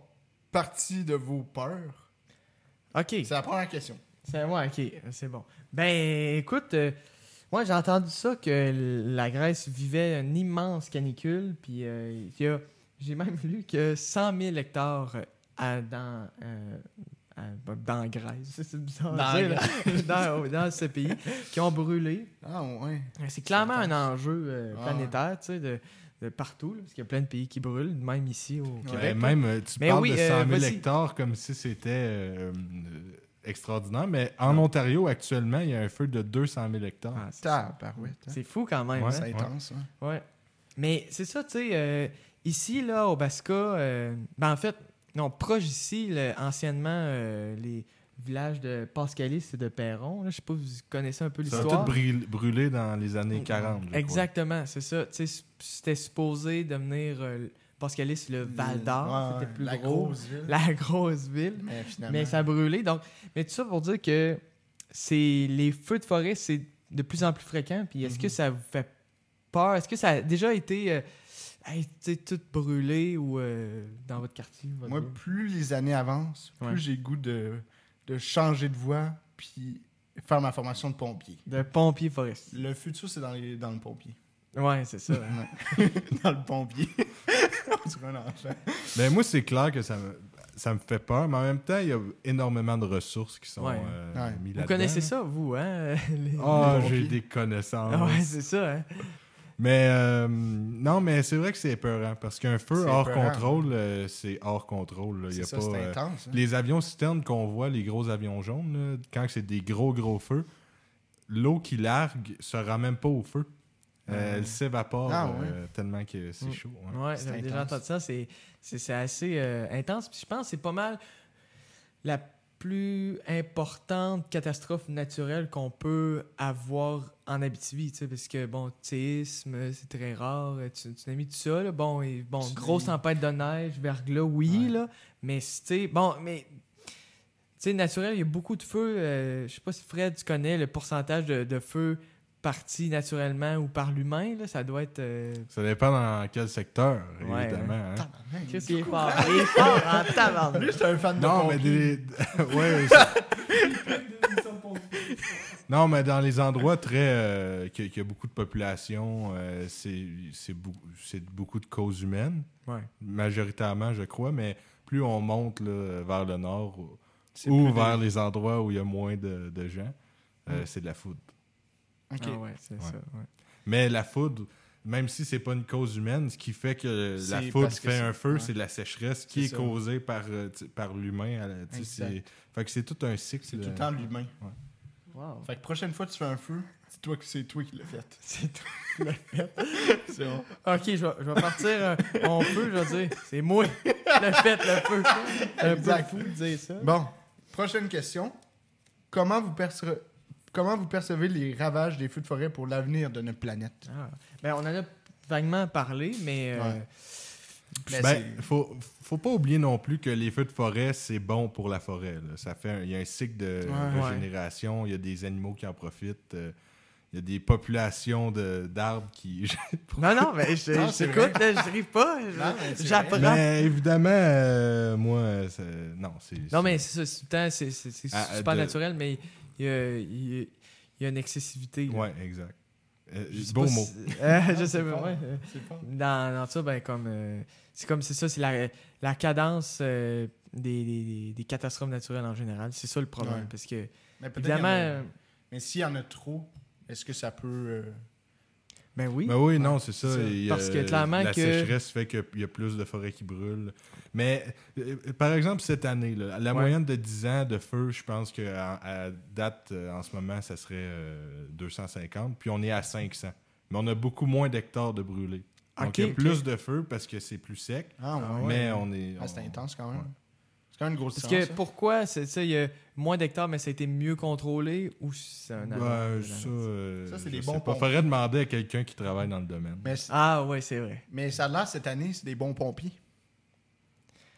B: partie de vos peurs?
A: OK.
B: C'est la première question.
A: C'est ouais, ok, c'est bon. Ben écoute, euh, moi j'ai entendu ça que la Grèce vivait une immense canicule, puis euh, il y a- j'ai même lu que 100 000 hectares euh, à- dans euh, à- dans la Grèce, c'est- c'est bizarre à
B: Dans
A: dire, là. dans, dans ce pays, qui ont brûlé.
B: Ah ouais.
A: C'est clairement un enjeu euh,
B: Ah ouais.
A: planétaire, tu sais, de, de partout, là, parce qu'il y a plein de pays qui brûlent, même ici au Québec.
C: Ben, même, euh, tu
A: Mais
C: parles
A: oui,
C: de 100
A: euh,
C: 000
A: vas-y.
C: hectares comme si c'était euh, euh, extraordinaire. Mais en Ontario, actuellement, il y a un feu de 200 000 hectares.
A: Ah, c'est-
B: Tabarouette. hein.
A: c'est fou quand même.
C: Ouais.
A: hein.
B: C'est intense, hein.
A: Ouais. Mais c'est ça, tu sais, euh, ici, là, au Basca, euh, ben en fait, non, proche ici, le- anciennement, euh, les villages de Pascalis et de Perron, là, je sais pas si vous connaissez un peu
C: Ça a tout
A: l'histoire. Mm,
C: brûl- brûlé dans les années 40. je crois.
A: Exactement, c'est ça. Tu sais, C'était supposé devenir euh, Pascalis, le Val d'Or,
B: Ouais,
A: c'était plus
B: la
A: gros.
B: grosse ville.
A: La grosse ville.
B: Mais finalement.
A: Mais ça a brûlé. Donc, mais tout ça pour dire que c'est les feux de forêt, c'est de plus en plus fréquent. Puis
B: Mhm.
A: est-ce que ça vous fait peur? Est-ce que ça a déjà été euh, hey, tu sais, tout brûlé ou euh, dans votre quartier? votre
B: Moi,
A: ville?
B: plus les années avancent, plus
A: Ouais.
B: j'ai goût de, de changer de voie puis faire ma formation de pompier.
A: de pompier forestier.
B: Le futur, c'est dans, les- dans le pompier.
A: Ouais, c'est ça.
B: dans le pompier. On dirait un enfant.
C: Ben, moi, c'est clair que ça me, ça me fait peur, mais en même temps, il y a énormément de ressources qui sont
A: Ouais.
C: euh,
B: Ouais.
C: mises
A: vous
C: là-dedans,
A: connaissez
C: là.
A: ça, vous, hein? les-
C: Ah,
B: Les
C: j'ai
B: pompiers.
C: des connaissances.
A: Ah ouais, c'est ça, hein?
C: Mais euh, non, mais c'est vrai que c'est épeurant parce qu'un feu
B: C'est
C: hors
B: épeurant.
C: contrôle, euh, c'est hors contrôle. là. Il y
B: C'est
C: a
B: ça,
C: pas,
B: c'est
C: euh,
B: intense. hein.
C: les avions citernes qu'on voit, les gros avions jaunes, là, quand c'est des gros, gros feux, l'eau qui largue se rend même pas au feu. Euh, Elle s'évapore
B: Ah ouais.
C: euh, tellement que c'est
A: Mm.
C: chaud. hein. ouais.
A: Ouais,
B: C'est
A: j'avais déjà
B: intense.
A: entendu ça. C'est, c'est, c'est assez euh, intense. Puis je pense que c'est pas mal la plus importante catastrophe naturelle qu'on peut avoir en Abitibi, tu sais, parce que, bon, séisme, euh, c'est très rare, euh, tu- tsunami, tout ça, là, bon, et, bon
B: Tsunami.
A: grosse tempête de neige, verglas, oui,
B: Ouais.
A: là, mais, tu sais, bon, mais, tu sais, naturel, il y a beaucoup de feux, euh, je sais pas si Fred, tu connais le pourcentage de, de feux partis naturellement ou par l'humain, là, ça doit être... euh,
C: Ça dépend dans quel secteur,
A: Ouais,
C: évidemment. hein.
B: Tabarnak.
A: Qu'est-ce qu'il est fort? Il est fort en
B: Lui,
A: tabarnak.
B: c'est un fan de
C: Non, mais
B: pompier.
C: des. ouais, ça- non, mais dans les endroits très. euh, qu'il y a- qu'il y a beaucoup de population, euh, c'est c'est beau- c'est beaucoup de causes humaines,
A: Ouais.
C: majoritairement, je crois, mais plus on monte là, vers le nord ou-
B: C'est
C: ou
B: plus des- Mm.
C: vers les endroits où il y a moins de, de gens, euh, c'est de la foudre.
B: Ok.
A: Ah ouais, c'est ça. ouais.
C: Mais la foudre, même si c'est pas une cause humaine, ce qui fait que la
B: C'est
C: foudre
B: parce que
C: fait
B: c'est-
C: un feu,
B: ouais.
C: c'est de la sécheresse qui est,
B: C'est ça.
C: causée par, euh, tu- par l'humain. à la- tu sais,
B: Exact.
C: c'est- Fait que c'est tout un cycle.
B: C'est tout
C: euh,
B: le temps l'humain.
A: Wow.
B: Fait que prochaine fois que tu fais un feu, dis-toi que c'est toi qui l'as fait.
A: C'est tout.
B: C'est bon.
A: Ok, je vais, je vais partir euh, mon feu, je vais dire, c'est moi le fait, le feu. Un peu
B: Exact.
A: fou de dire ça.
B: Bon, prochaine question. Comment vous, perce- Comment vous percevez les ravages des feux de forêt pour l'avenir de notre planète?
A: Ah. Ben, on en a vaguement parlé, mais euh,
B: Ouais. Mais
C: Ben, faut, faut pas oublier non plus que les feux de forêt, c'est bon pour la forêt. là. Ça fait un- il y a un cycle de
B: Ouais.
C: régénération, il y a des animaux qui en profitent, euh, il y a des populations de- d'arbres qui...
A: non, non, mais je,
B: Non,
A: je
B: c'est
A: t'écoute, là, je ris pas, je-
B: Non, mais c'est
A: j'apprends. Non,
C: mais évidemment, euh, moi, c'est- non, c'est...
A: mais c'est ça, c'est tout le temps, c'est- c'est c'est
C: Ah, euh,
A: super
C: de-
A: naturel, mais il y a, il y a- il y a une excessivité. là.
C: Ouais, exact. Euh,
A: Je sais
C: beau
A: pas
C: mot.
A: si- Euh, je
B: c'est
A: sais pas,
B: fort.
A: ouais, euh,
B: C'est fort.
A: Dans, dans ça, ben, comme. euh, c'est comme, c'est ça, c'est la, la cadence euh, des, des- des- des catastrophes naturelles en général. C'est ça le problème.
B: Ouais.
A: Parce que,
B: Mais peut-être
A: évidemment.
B: qu'il y en a-
A: euh,
B: Mais s'il y en a trop, est-ce que ça peut... euh,
A: Ben oui.
C: Ben oui, non, c'est ça.
A: c'est ça.
C: Et,
A: Parce que
C: euh,
A: clairement
C: la
A: que-
C: sécheresse fait qu'il y a plus de forêts qui brûlent. Mais euh, par exemple, cette année, là, la
A: Ouais.
C: moyenne de 10 ans de feu, je pense qu'à à date, euh, en ce moment, ça serait euh, 250. Puis on est à 500. Mais on a beaucoup moins d'hectares de brûlés. Donc
A: Ok,
C: il y a
A: ok.
C: plus de feu parce que c'est plus sec.
B: Ah, ouais,
C: mais
B: ouais.
C: on est.
B: Ah, c'est
C: on-
B: intense quand même.
C: ouais.
B: C'est quand même une grosse
A: Parce
B: différence.
A: que
B: ça.
A: pourquoi, c'est ça, il y a moins d'hectares, mais ça a été mieux contrôlé ou c'est un
C: Ben,
A: hasard,
C: ça,
A: un hasard.
C: euh,
B: Ça, c'est
C: je
B: des
C: sais
B: bons
C: pas.
B: ponts.
C: Faudrait demander à quelqu'un qui travaille dans le domaine.
B: hein. Mais, c-
A: Ah ouais, c'est vrai.
B: mais ça a l'air, cette année, c'est des bons pompiers.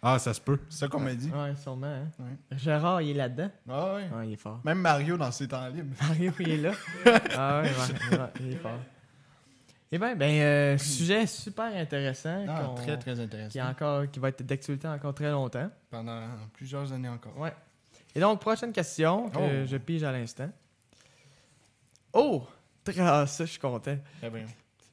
C: Ah, ça se peut.
B: C'est ça qu'on m'a dit.
A: Ouais, sûrement. hein.
B: Ouais.
A: Gérard, il est là-dedans.
B: Ah ouais.
A: Ouais, il est fort.
B: Même Mario, dans ses temps libres.
A: Mario, il est là. ah ouais, ouais, ouais, il est fort. Eh bien, ben, euh, sujet super intéressant.
B: Ah,
A: qu'on-
B: très, très
A: qui, est
B: intéressant.
A: encore, qui va être d'actualité encore très longtemps.
B: Pendant plusieurs années encore.
A: Ouais. Et donc, prochaine question que
B: Oh.
A: je pige à l'instant. Oh! Très, ah, ça, je suis content.
B: Très bien.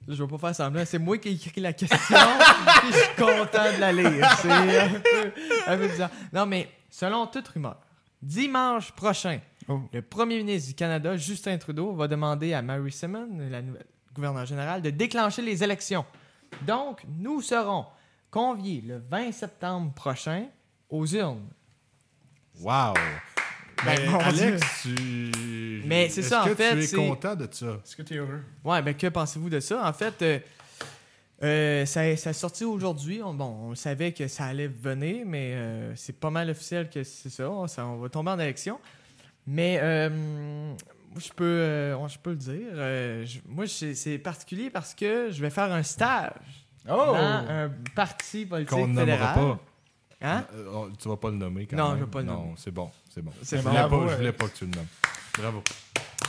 A: Là, je vais pas faire semblant. C'est moi qui ai écrit la question, puis je suis content de la lire. C'est un peu, un peu bizarre. Non, mais selon toute rumeur, dimanche prochain,
B: Oh.
A: le premier ministre du Canada, Justin Trudeau, va demander à Mary Simon, la nouvelle gouverneure générale, de déclencher les élections. Donc, nous serons conviés le 20 septembre prochain aux urnes.
C: Wow!
A: Ben,
C: Mais
A: mon
C: Alex, tu.
A: Mais c'est
C: Est-ce
A: ça, en
C: que
A: fait,
C: Tu es
A: c'est-
C: content de ça.
B: Est-ce que t'es heureux?
A: Ouais, ben que pensez-vous de ça? En fait, euh, euh, ça, ça a sorti aujourd'hui. On, bon, on savait que ça allait venir, mais euh, c'est pas mal officiel que c'est ça. On, ça- on va tomber en élection. Mais euh, moi, je peux, euh, on- je peux le dire. euh, je- moi, c'est c'est particulier parce que je vais faire un stage
B: Oh!
A: dans un parti politique
C: Qu'on ne nommera
A: fédéral.
C: pas.
A: Hein?
C: Euh, on- tu vas pas le nommer quand
A: Non,
C: même.
A: je vais pas le nommer.
C: Non, c'est bon, c'est bon.
A: C'est
C: je,
A: bon.
C: voulais
B: Bravo,
C: pas, je
B: euh.
C: voulais pas que tu le nommes. Bravo.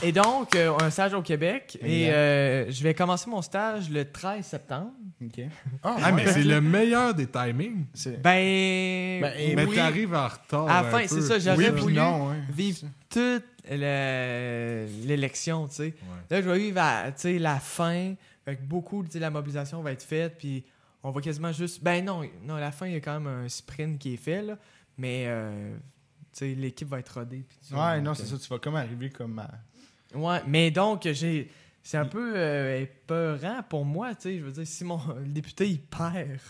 A: Et donc, euh, un stage au Québec. Et
B: Exact.
A: euh, je vais commencer mon stage le 13 septembre.
B: OK.
C: Ah, mais c'est le meilleur des timings.
B: c'est...
A: Ben,
B: Ben, et
C: mais
A: oui,
C: t'arrives en retard.
A: À la
C: un
A: fin,
C: peu.
A: c'est ça,
B: Oui,
A: j'aurais
B: puis
A: voulu
B: non, hein.
A: vivre toute le- l'élection, tu sais.
C: Ouais.
A: Là, je vais vivre à, tu sais, la fin. Fait que beaucoup, tu sais, la mobilisation va être faite, puis on va quasiment juste... Ben non, non, à la fin, il y a quand même un sprint qui est fait, là, mais, euh, tu sais, l'équipe va être rodée. puis tu-
B: Ouais, non,
A: donc,
B: c'est
A: euh,
B: ça. Tu vas comme arriver comme à...
A: Ouais, mais donc, j'ai... C'est un peu euh, épeurant pour moi, tu sais. Je veux dire, si mon le député, il perd, tu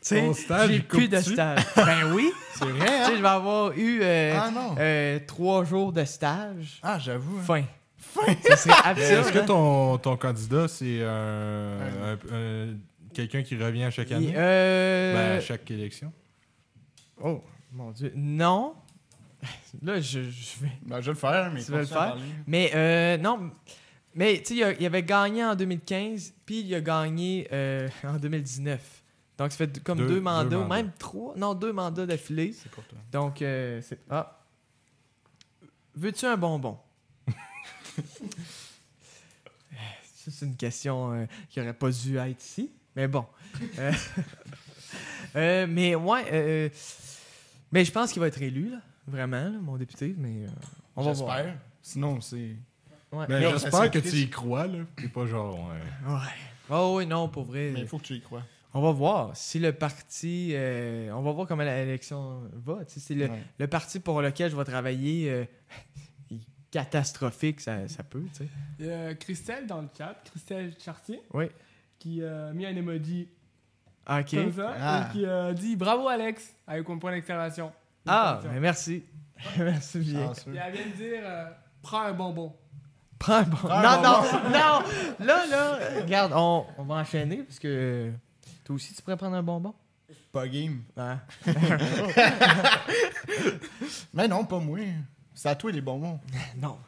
A: sais,
C: Ton stage,
A: j'ai
C: il coupe
A: plus de
C: dessus.
A: stage. ben oui,
B: C'est vrai, hein?
A: tu sais, je vais avoir eu euh,
B: Ah non!
A: euh, trois jours de stage.
B: Ah, j'avoue. hein.
A: Fin. Fin? Ça serait absurde.
C: Est-ce que
A: hein?
C: ton, ton candidat, c'est un, un- un- quelqu'un qui revient à chaque année?
A: Il- euh,
C: Ben, à chaque élection?
A: Oh, mon Dieu. Non. Là, je, je vais.
B: Ben, je vais le faire, mais...
A: Tu vas le
B: continue à
A: faire?
B: parler.
A: Mais euh, non. Mais tu sais, il a- il avait gagné en 2015, puis il a gagné euh, en 2019. Donc, ça fait d- comme
C: Deux-
A: deux,
C: deux
A: mandats, ou
C: mandats.
A: même trois. Non, deux mandats d'affilée.
B: C'est pour toi.
A: Donc, euh, c'est. Ah. Veux-tu un bonbon? Ça, c'est une question euh, qui aurait pas dû être ici, mais bon. Euh, euh, mais ouais. euh, mais je pense qu'il va être élu, là, vraiment, là, mon député. Mais euh, on va voir.
B: J'espère. Sinon, c'est...
A: Ouais.
C: Ben,
A: mais-
B: non, ça serait
C: J'espère que
B: triste.
C: tu y crois, là. T'es pas genre... ouais.
A: ouais. Oh oui, non, pour vrai.
B: Mais il faut que tu y crois.
A: On va voir si le parti. euh, on va voir comment l'élection va. Tu sais, c'est le,
B: Ouais.
A: le parti pour lequel je vais travailler euh, est catastrophique, ça, ça peut, tu sais.
D: Il y a Christelle dans le chat, Christelle Chartier,
A: Oui.
D: qui euh, a mis un emoji
A: Ah, OK.
D: comme ça
B: Ah.
D: et qui euh, dit bravo Alex avec un point d'exclamation.
A: Ah, ben merci. merci bien.
B: Ah, sûr.
D: Et elle vient de dire euh, prends un bonbon.
A: Prends un bon.
B: Prends
A: non,
B: un
A: non, non. Là, là, regarde, on, on va enchaîner parce que euh, toi aussi, tu pourrais prendre un bonbon.
B: Pas game.
A: Ah.
B: Mais non, pas moi. C'est à toi les bonbons.
A: non.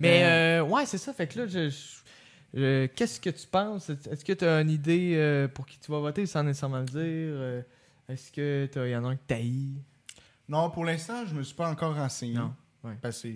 A: Mais euh, ouais, c'est ça. Fait que là, je. je- je- Qu'est-ce que tu penses? Est-ce que tu as une idée euh, pour qui tu vas voter sans nécessairement le dire? Euh, Est-ce que il y en a un que t'haïs?
B: Non, pour l'instant, je me suis pas encore renseigné.
A: Non, ouais.
B: Parce que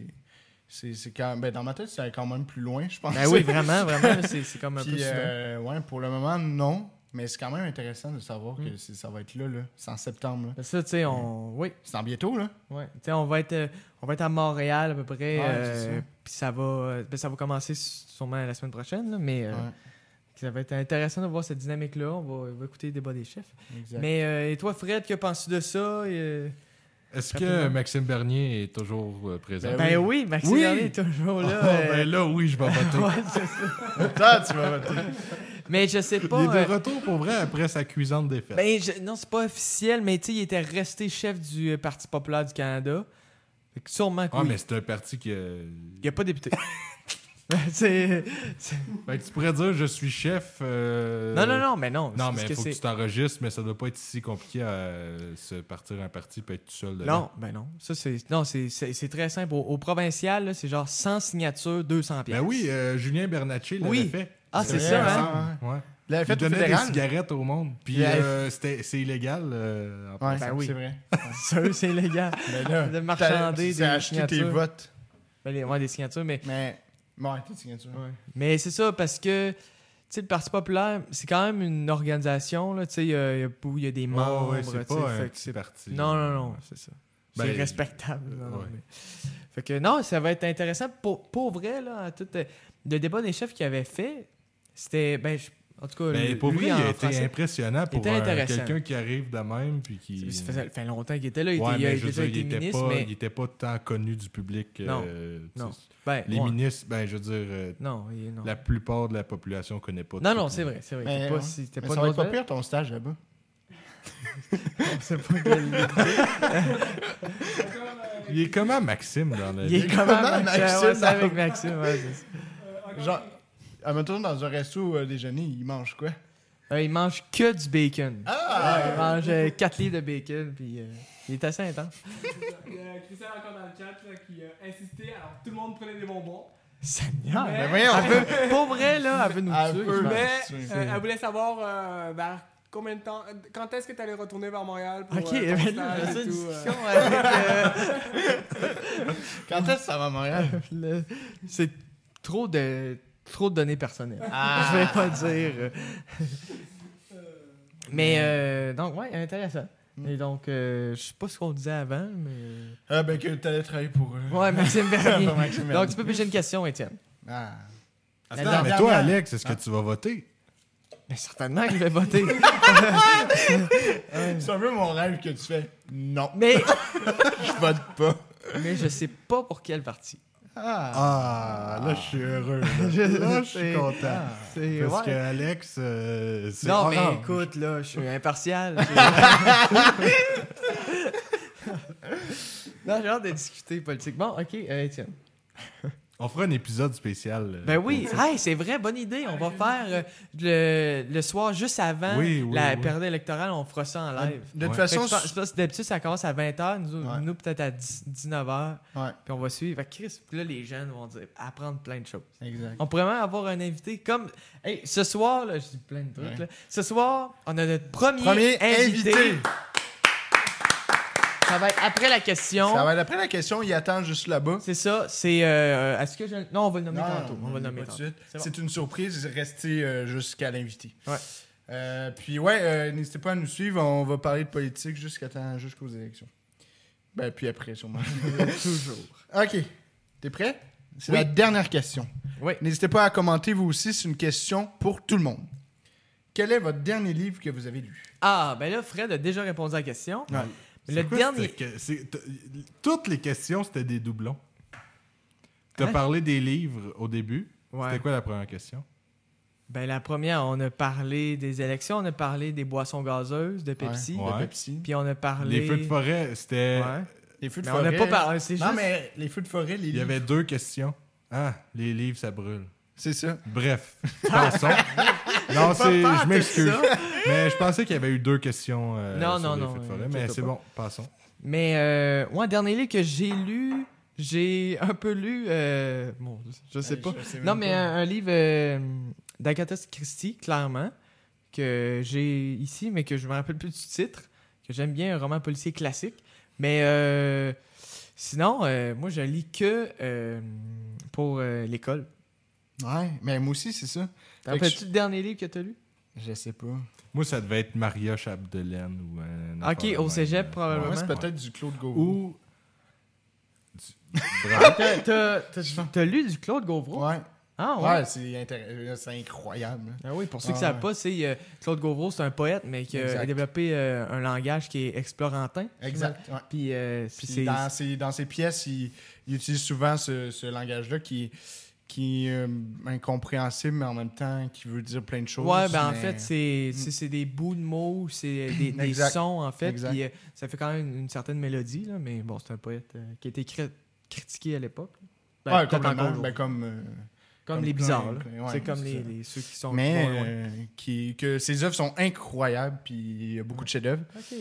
B: c'est- c'est quand ben, dans ma tête, c'est quand même plus loin, je pense.
A: Ben oui, vraiment, vraiment. C'est c'est comme un peu
B: Ah, Puis,
A: soudain.
B: euh, ouais, pour le moment, non. Mais c'est quand même intéressant de savoir
A: Mm.
B: que c'est- ça va être là, là. C'est en septembre, là.
A: Ben Ça, tu sais, on. Oui.
B: C'est en bientôt, là.
A: Ouais. Tu sais, on va être euh, on va être à Montréal à peu près.
B: Ouais,
A: euh,
B: c'est ça.
A: Puis ça va euh, ben, ça va commencer s- sûrement la semaine prochaine, là, mais euh,
B: Ouais,
A: ça va être intéressant de voir cette dynamique là. On va, on va écouter le débat des chefs.
B: exact.
A: Mais euh, et toi, Fred, que penses-tu de ça Et, euh,
C: Est-ce
A: Rapidement.
C: que Maxime Bernier est toujours euh, présent?
B: Ben Oh,
A: Ben oui, Maxime
C: Oui.
A: Bernier est toujours là.
C: Ah,
A: euh,
C: ben là, oui, je vais voter.
A: ouais, c'est ça.
B: Attends, tu vas voter.
A: mais je sais pas.
C: Il est
A: euh,
C: de retour pour vrai après sa cuisante défaite.
A: ben, je- non, c'est pas officiel, mais tu sais, il était resté chef du euh, Parti populaire du Canada. Fait que sûrement que
C: ah,
A: oui.
C: mais c'est un parti qui. euh,
A: Il a pas député. c'est. c'est-
C: Fait que tu pourrais dire je suis chef. euh,
A: Non, non, non, mais non.
C: Non,
A: c'est
C: mais
A: parce
C: il faut que,
A: c'est-
C: tu t'enregistres, mais ça doit pas être si compliqué à euh, se partir un parti peut être tout seul. dedans.
A: Non, ben non. Ça, c'est, non, c'est, c'est, c'est très simple. Au, au provincial, là, c'est genre 100 signatures, 200 pièces.
C: Ben oui, euh, Julien Bernatchez l'avait
A: Oui.
C: fait.
A: Ah,
B: C'est
A: c'est
B: vrai,
A: ça, hein?
B: hein?
C: Ouais.
B: L'avait
C: Il
B: fait au
C: donnait des
B: fédéral.
C: cigarettes au monde. Puis
B: Il avait-
C: euh, c'était- c'est illégal. euh, en
B: Ouais,
C: passant.
A: Ben oui.
B: c'est vrai.
C: hein.
A: Ça, c'est légal.
B: Mais là,
A: De marchander
B: t'as-
A: des
B: t'as acheté tes
A: signatures.
B: votes.
A: Ben, les, ouais, des signatures, mais,
B: Mais, bon, tes signatures.
A: mais c'est ça parce que, tu sais, le Parti populaire, c'est quand même une organisation, là, tu sais, il y a- il y a- où il y a des membres,
C: Ouais, ouais, c'est
A: tu sais,
C: pas un
A: fait que
C: petit
A: c'est-
C: parti.
A: Non, non, non, c'est ça.
C: Ben,
A: c'est respectable. non, non,
C: ouais.
A: mais- Fait que non, ça va être intéressant. Pour, pour vrai, là, à tout, euh, le débat des chefs qu'il avait fait, c'était, ben, je- en tout cas,
C: Ben,
A: lui-
C: pour
A: lui,
C: lui, il
A: en
C: a été
A: français,
C: impressionnant pour
A: était
C: un-
A: intéressant.
C: quelqu'un qui arrive de même. Puis qui...
A: Ça faisait- ça fait longtemps qu'il était là. Il,
C: Ouais,
A: était, il a
C: mais je veux
A: déjà
C: dire,
A: été
C: il était
A: ministre,
C: pas-
A: mais.
C: il était pas tant connu du public.
A: Non.
C: euh, tu
A: Non.
C: sais,
A: ben,
C: Les
A: ouais.
C: ministres, ben, je veux dire, euh,
A: Non, il- non.
C: la plupart de la population connaît pas.
A: non,
C: tout
A: non,
C: le
A: c'est
C: monde.
A: vrai. C'est vrai.
B: Mais,
A: C'était pas,
B: ouais.
A: si- c'était
B: Mais
A: pas
B: ça va
A: une
B: être pas
A: autre-
B: pire ton stage là-bas.
A: C'est pas une-
D: Encore, euh,
C: Il est comment Maxime dans la
A: Il
C: vie?
A: est comment,
B: comment,
A: Maxime?
B: Maxime,
A: Ouais, c'est
B: dans-
A: avec Maxime. ouais, c'est ça.
D: euh, encore-
B: Genre, à me tourne dans un resto euh, déjeuner, il mange quoi?
A: Euh, il mange que du bacon.
B: Ah!
A: Ouais, il mange 4 livres de bacon, puis euh, il est assez intense.
D: Il y a Christelle encore dans le chat là, qui a insisté. Alors tout le monde prenait des bonbons.
A: Seigneur!
D: Mais-
B: Ben voyons,
A: Elle veut- pour vrai, là, elle veut nous
B: Elle
A: tuer.
B: veut-
A: je pense.
D: Mais
B: c'est-
D: euh,
B: c'est-
D: elle voulait savoir euh, vers combien de temps, quand est-ce que tu allais retourner vers Montréal pour
A: Ok,
D: euh, ton
A: ben là,
D: stage
A: j'ai
D: et
A: ça une
D: tout, euh.
A: discussion avec...
B: Quand est-ce que ça va Montréal?
A: euh, le- C'est trop de, trop de données personnelles.
B: Ah.
A: Je vais pas dire... Mais, euh, donc, ouais, intéressant.
B: Mm.
A: Et donc, euh, je sais pas ce qu'on disait avant, mais...
B: Ah, ben que t'allais travailler pour eux.
A: Ouais, Maxime Bernier.
B: Pour Maxime Bernier.
A: donc, tu peux piger une question, Étienne.
B: Ah.
A: La
C: Attends, mais
B: dernière-
C: toi, Alex, est-ce que
B: Ah.
C: tu vas voter?
A: Mais certainement qu'il va voter.
B: C'est un peu mon rêve que tu fais. Non,
A: mais,
B: je vote pas.
A: mais je sais pas pour quelle partie.
B: Ah.
C: Ah, là, je suis heureux. Là,
A: Là,
C: je
A: je suis
C: suis content.
A: C'est...
C: Parce que
A: Ah. ouais.
C: Alex, euh, c'est
A: Non,
C: orange.
A: mais écoute, là, je suis impartial. non, j'ai hâte de discuter politiquement. OK, euh, Étienne.
C: On fera un épisode spécial. euh,
A: Ben oui,
C: pour-
A: hey, c'est vrai, bonne idée. On va faire euh, le, le soir juste avant
C: Oui, oui,
A: la
C: oui.
A: période électorale, on fera ça en Ah, live.
B: De toute
C: Ouais.
A: Fait que
B: façon,
A: je pense- je pense que d'habitude, ça commence à 20h, nous,
B: Ouais.
A: nous, peut-être à 19h,
B: Ouais,
A: puis on va suivre. Fait que Chris, puis là, les jeunes vont dire apprendre plein de choses.
B: exact.
A: On pourrait même avoir un invité comme. Hey, ce soir, là, je dis plein de trucs.
B: Ouais.
A: là. Ce soir, on a notre premier,
B: Premier
A: invité.
B: invité.
A: Ça va être après la question.
B: Ça va être après la question, il attend juste là-bas.
A: C'est ça, c'est. euh, euh, Est-ce que je. Non, on va le nommer
B: Non,
A: tantôt.
B: non,
A: On va le
B: pas
A: nommer
B: tout de
A: tantôt.
B: suite.
A: C'est
B: C'est
A: bon.
B: une surprise, restez euh, jusqu'à l'invité.
A: Ouais.
B: Euh, puis ouais, euh, n'hésitez pas à nous suivre, on va parler de politique jusqu'à temps- jusqu'aux élections. Ben puis après sûrement.
A: Toujours.
B: OK. T'es prêt? C'est
A: Oui.
B: la dernière question.
A: Oui.
B: N'hésitez pas à commenter vous aussi, c'est une question pour tout le monde. Quel est votre dernier livre que vous avez lu?
A: Ah, ben là, Fred a déjà répondu à la question.
B: Ouais.
A: Mais
C: C'est
A: Le
C: quoi
A: dernier.
C: cette que- c'est- t- Toutes les questions, c'était des doublons. T'as parlé des livres au début.
A: Ah, Ouais.
C: C'était quoi la première question?
A: Ben la première, on a parlé des élections, on a parlé des boissons gazeuses, de Pepsi.
C: Ouais.
B: De Pepsi.
A: Puis on a parlé.
C: Les feux de forêt, c'était.
A: Ah, Ouais.
B: Les feux de
A: Mais on
B: forêt.
A: n'a pas parlé. C'est
B: Non,
A: juste.
B: mais les feux de forêt, les
C: Il y
B: livres.
C: avait deux questions. Ah, les livres, ça brûle.
B: C'est ça.
C: Bref, passons. non, c'est, je m'excuse. Mais je pensais qu'il y avait eu deux questions euh,
A: Non,
C: sur
A: non,
C: les
A: non,
C: feux de
A: euh,
C: forêt,
A: inquiète-toi
C: mais c'est
A: pas.
C: bon, passons.
A: Mais euh, ouais, dernier livre que j'ai lu, j'ai un peu lu. euh, bon, je sais pas. Non, mais un, un livre euh, d'Agatha Christie, clairement, que j'ai ici, mais que je me rappelle plus du titre, que j'aime bien, un roman policier classique. Mais euh, sinon, euh, moi, je lis que euh, pour euh, l'école.
B: Ouais, mais moi aussi, c'est ça.
A: T'as
B: Fait que
A: rappelles-tu le dernier livre que t'as lu?
B: Je sais pas.
C: Moi, ça devait être Maria Chapdelaine ou un
A: Ok,
C: affaire
A: au
C: de même,
A: cégep,
C: euh,
A: probablement.
B: Moi, c'est
C: ouais.
B: peut-être du Claude Gauvreau.
C: Ou. du- Bravo.
A: T'as- T'as t'as- t'as lu du Claude Gauvreau?
B: Ouais.
A: Ah
B: Ouais,
A: ouais?
B: c'est intér- euh, c'est incroyable.
A: Ah oui, pour ceux qui ne
B: Ah,
A: savent
B: ouais.
A: pas, c'est euh, Claude Gauvreau, c'est un poète, mais qui euh,
B: Exact.
A: a développé euh, un langage qui est explorantin.
B: Exact. ouais.
A: Puis, euh,
B: Puis
A: c'est-
B: dans, ses, dans ses pièces, il, il utilise souvent ce, ce langage-là qui, qui est euh, incompréhensible, mais en même temps qui veut dire plein de choses.
A: Ouais, ben en
B: mais- Mm.
A: fait, c'est- c'est c'est des bouts de mots, c'est euh, des, des
B: Exact.
A: sons, en fait.
B: Exact.
A: Puis euh, ça fait quand même une, certaine mélodie, là, mais bon, c'est un poète euh, qui a été cri- critiqué à l'époque. Ben,
B: Ouais,
A: peut-être
B: complètement,
A: encore aujourd'hui.
B: ben, comme, euh,
A: comme,
B: comme
A: les bizarres,
B: plein-
A: là.
B: plein- ouais,
A: c'est comme
B: c'est
A: les,
B: ça.
A: les- ceux qui sont
B: mais
A: qui vont loin.
B: euh, qui, que ses œuvres sont incroyables, puis il y a beaucoup de chefs-d'œuvre.
A: OK.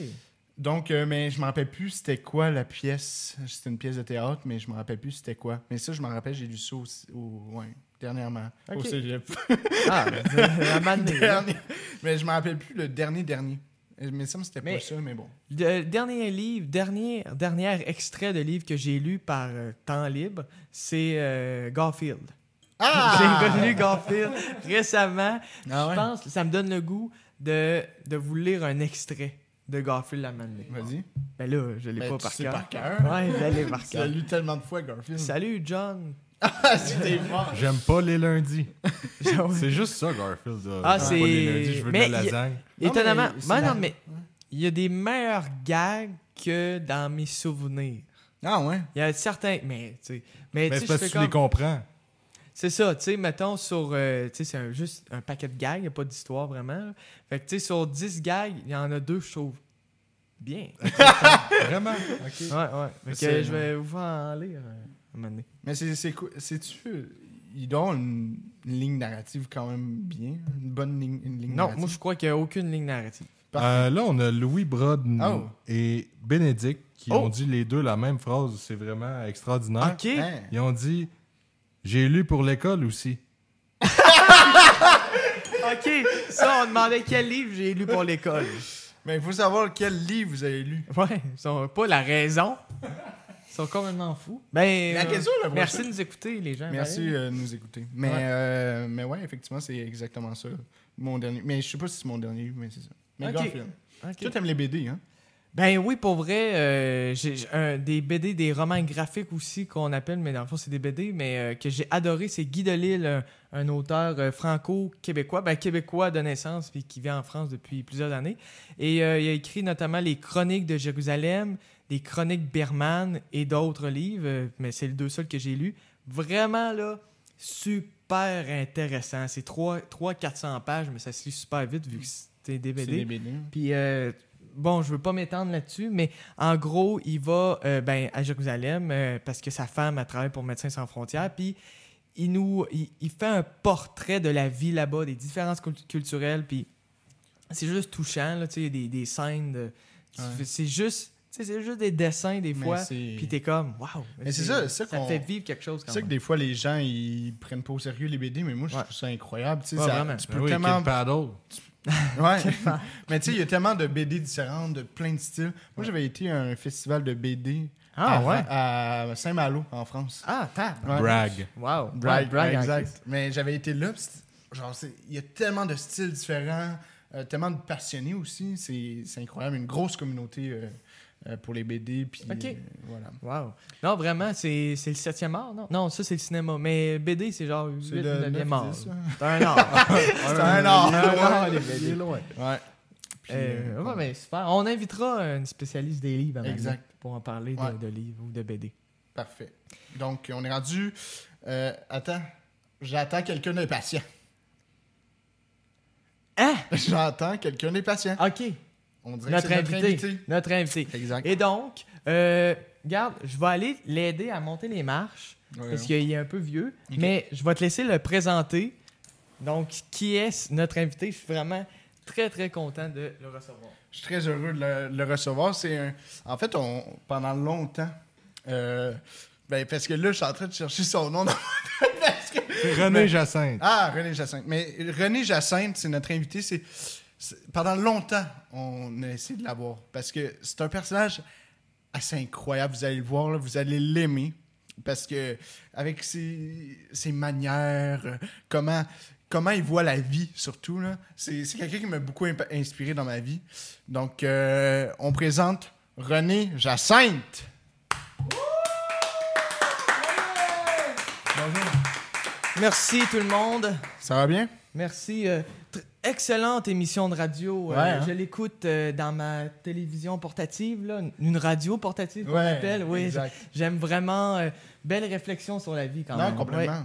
B: Donc, euh, mais je me rappelle plus c'était quoi la pièce. C'était une pièce de théâtre, mais je me rappelle plus c'était quoi. Mais ça, je me rappelle, j'ai lu ça au, au- ouais, dernièrement, au
A: Ok.
B: cégep.
A: Ah, ben, à maner, là.
B: Dernier. Mais je me rappelle plus le dernier dernier. Mais ça, c'était
A: Mais-
B: pas ça, mais bon.
A: Le dernier livre, dernier, dernier extrait de livre que j'ai lu par euh, temps libre, c'est euh, Garfield. j'ai relu Garfield récemment.
B: Ah
A: Ah! Je
B: ouais?
A: pense que ça me donne le goût de, de vous lire un extrait de Garfield la main
B: Vas-y.
A: Ben là, je l'ai
B: Ben,
A: pas
B: tu
A: par
B: sais
A: cœur.
B: par cœur.
A: Ouais, je l'ai par
B: Tu l'as
A: cœur.
B: lu tellement de fois, Garfield.
A: Salut John.
B: Ah, c'était mort.
C: J'aime pas les lundis. C'est juste ça, Garfield. là.
A: Ah,
C: J'aime pas les
A: c'est-
C: lundis, je veux de
A: mais
C: la
A: il y a-
C: lasagne.
B: Non,
A: Étonnamment.
B: mais c'est
A: Ben
B: la-
A: non, mais il y a des meilleurs gags que dans mes souvenirs.
B: Ah ouais?
A: Il y a certains. Mais tu sais. Mais, tu
C: Mais c'est
A: sais, je
C: parce que
A: fais
C: tu les
A: comme.
C: comprends.
A: C'est ça, tu sais, mettons sur. euh, tu sais, c'est un- juste un paquet de gags, il n'y a pas d'histoire vraiment. Fait que, tu sais, sur 10 gags, il y en a deux, je trouve. Bien. Ouais,
C: Vraiment.
A: ouais. Fait que
B: C'est-
A: je vais vous en lire euh, un moment donné.
B: Mais c'est c'est quoi? C'est-tu. Il donne une, une ligne narrative quand même bien. Une bonne ligne, une ligne
A: Non,
B: narrative.
A: moi, je crois qu'il n'y a aucune ligne narrative.
B: Parfait.
C: Euh, là, on a Louis Broden
B: Oh.
C: et Bénédicte qui
A: Oh.
C: ont dit les deux la même phrase. C'est vraiment extraordinaire.
A: Ok.
B: Hein?
C: Ils ont dit J'ai lu pour l'école aussi.
A: OK, ça, on demandait quel livre j'ai lu pour l'école.
B: Mais il faut savoir quel livre vous avez lu.
A: Ouais, ils sont pas la raison. Ils sont complètement fous. Ben,
B: La
A: euh,
B: raison, la vraie
A: merci
B: chose.
A: de nous écouter, les gens.
B: Merci
A: pareil.
B: euh, de nous écouter. Mais,
A: Hein, Ouais.
B: euh, mais ouais, effectivement, c'est exactement ça. Mon dernier. Mais je sais pas si c'est mon dernier livre, mais c'est ça. Mais
A: Ok.
B: Garfield.
A: Ok.
B: Toi, t'aimes les BD, hein?
A: Ben oui, pour vrai, euh, j'ai j'ai un- des BD, des romans graphiques aussi qu'on appelle, mais dans le fond, c'est des BD, mais euh, que j'ai adoré. C'est Guy Delisle, un, un auteur euh, franco-québécois, ben québécois de naissance, puis qui vit en France depuis plusieurs années. Et euh, il a écrit notamment les Chroniques de Jérusalem, des Chroniques birmanes et d'autres livres, euh, mais c'est les deux seuls que j'ai lus. Vraiment, là, super intéressant. C'est 300-400 pages, mais ça se lit super vite vu que c'est des
B: C'est
A: BD.
B: des BD.
A: Puis, euh, bon, je veux pas m'étendre là-dessus, mais en gros, il va euh, ben, à Jérusalem euh, parce que sa femme, elle travaille pour Médecins sans frontières. Puis, il nous il, il fait un portrait de la vie là-bas, des différences cult- culturelles. Puis, c'est juste touchant, là, tu sais, il y a des, des scènes. de-
B: Ouais.
A: C'est juste. tu sais, C'est juste des dessins des
B: Mais
A: fois,
B: c'est-
A: puis t'es comme, waouh!
B: Mais c'est ça, c'est ça qu'on-
A: fait vivre quelque chose
B: C'est
A: quand
B: ça que
A: même.
B: des fois, les gens, ils prennent pas au sérieux les BD, mais moi, je
A: Ouais.
B: trouve ça incroyable. tu sais,
A: Ouais,
B: ça-
A: vraiment.
B: tu
C: Ah
B: peux
C: oui,
B: tellement
C: Kid Paddle.
B: Ouais. Mais tu sais, il y a tellement de BD différentes, de plein de styles. Moi, j'avais été à un festival de BD
A: Ah,
B: à,
A: ouais?
B: à Saint-Malo, en France.
A: Ah, tab!
B: Ouais.
C: Brag.
A: Wow! Ouais,
B: Bragg,
A: Bragg, en Christ.
B: exact. Mais j'avais été là, pis c'est- genre, c'est- il y a tellement de styles différents, euh, tellement de passionnés aussi. C'est c'est incroyable. Une grosse communauté euh, euh, pour les BD, puis
A: Ok.
B: euh, voilà.
A: Wow. Non, vraiment, c'est c'est le septième art, non? Non, ça, c'est le cinéma. Mais BD, c'est genre 8,
B: C'est le
A: 9e
B: 9,
A: art.
B: 10, ça.
A: C'est un art.
B: C'est un art.
C: Ah,
B: Ouais,
C: il est loin.
B: Ouais. Puis,
A: Euh,
B: euh,
A: ouais, mais super. On invitera une spécialiste des livres à Manon
B: Exact.
A: pour en parler de-
B: Ouais.
A: de, livres ou de BD.
B: Parfait. Donc, on est rendu. euh, attends. J'attends quelqu'un d'impatient.
A: Hein?
B: J'attends quelqu'un d'impatient.
A: OK.
B: On dirait
A: Notre
B: que c'est notre
A: invité.
B: invité.
A: Notre invité.
B: Exact.
A: Et donc, euh, regarde, je vais aller l'aider à monter les marches
B: Ouais.
A: parce qu'il est un peu vieux.
B: Ok.
A: Mais je vais te laisser le présenter. Donc, qui est notre invité? Je suis vraiment très, très content de le recevoir.
B: Je suis très heureux de le, le recevoir. C'est un- En fait, on... pendant longtemps. euh, ben, parce que là, je suis en train de chercher son nom. dans- parce que-
C: René Jacinthe.
B: Ah, René Jacinthe. Mais René Jacinthe, c'est notre invité. C'est... c'est- Pendant longtemps, on a essayé de l'avoir. Parce que c'est un personnage assez incroyable. Vous allez le voir, là, vous allez l'aimer. Parce que, avec ses, ses manières, euh, comment, comment il voit la vie, surtout, là, c'est, c'est quelqu'un qui m'a beaucoup imp- inspiré dans ma vie. Donc, euh, on présente René Jacinthe. Bonjour.
A: Merci tout le monde.
B: Ça va bien?
A: Merci. euh, tr- excellente émission de radio. Euh,
B: Ouais, hein?
A: Je l'écoute euh, dans ma télévision portative, là, une- une radio portative qu'on appelle. Oui,
B: exact.
A: j'aime vraiment. euh, belle réflexion sur la vie quand
B: non,
A: même.
B: complètement.
A: Ouais.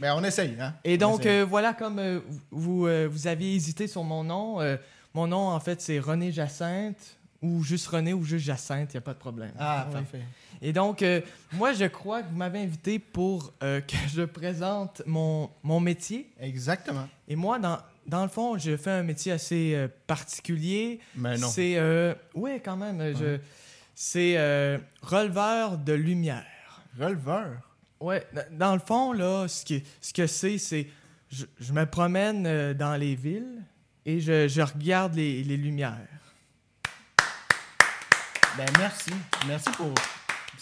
B: Mais on essaye, hein?
A: Et
B: On
A: donc
B: essaye.
A: euh, voilà, comme euh, vous, euh, vous aviez hésité sur mon nom, euh, mon nom en fait c'est René Jacinthe ou juste René ou juste Jacinthe, il n'y a pas de problème.
B: Ah,
A: Ouais.
B: parfait.
A: Et donc, euh, moi je crois que vous m'avez invité pour euh, que je présente mon, mon métier.
B: Exactement.
A: Et moi, dans, dans le fond, je fais un métier assez euh, particulier.
B: Mais non.
A: C'est. Euh, ouais, quand même. euh, je- C'est euh, releveur de lumière.
B: Releveur.
A: Ouais, d- dans le fond, là, ce, qui, ce que c'est, c'est. Je, je me promène euh, dans les villes et je, je regarde les, les lumières.
B: Ben merci. Merci pour.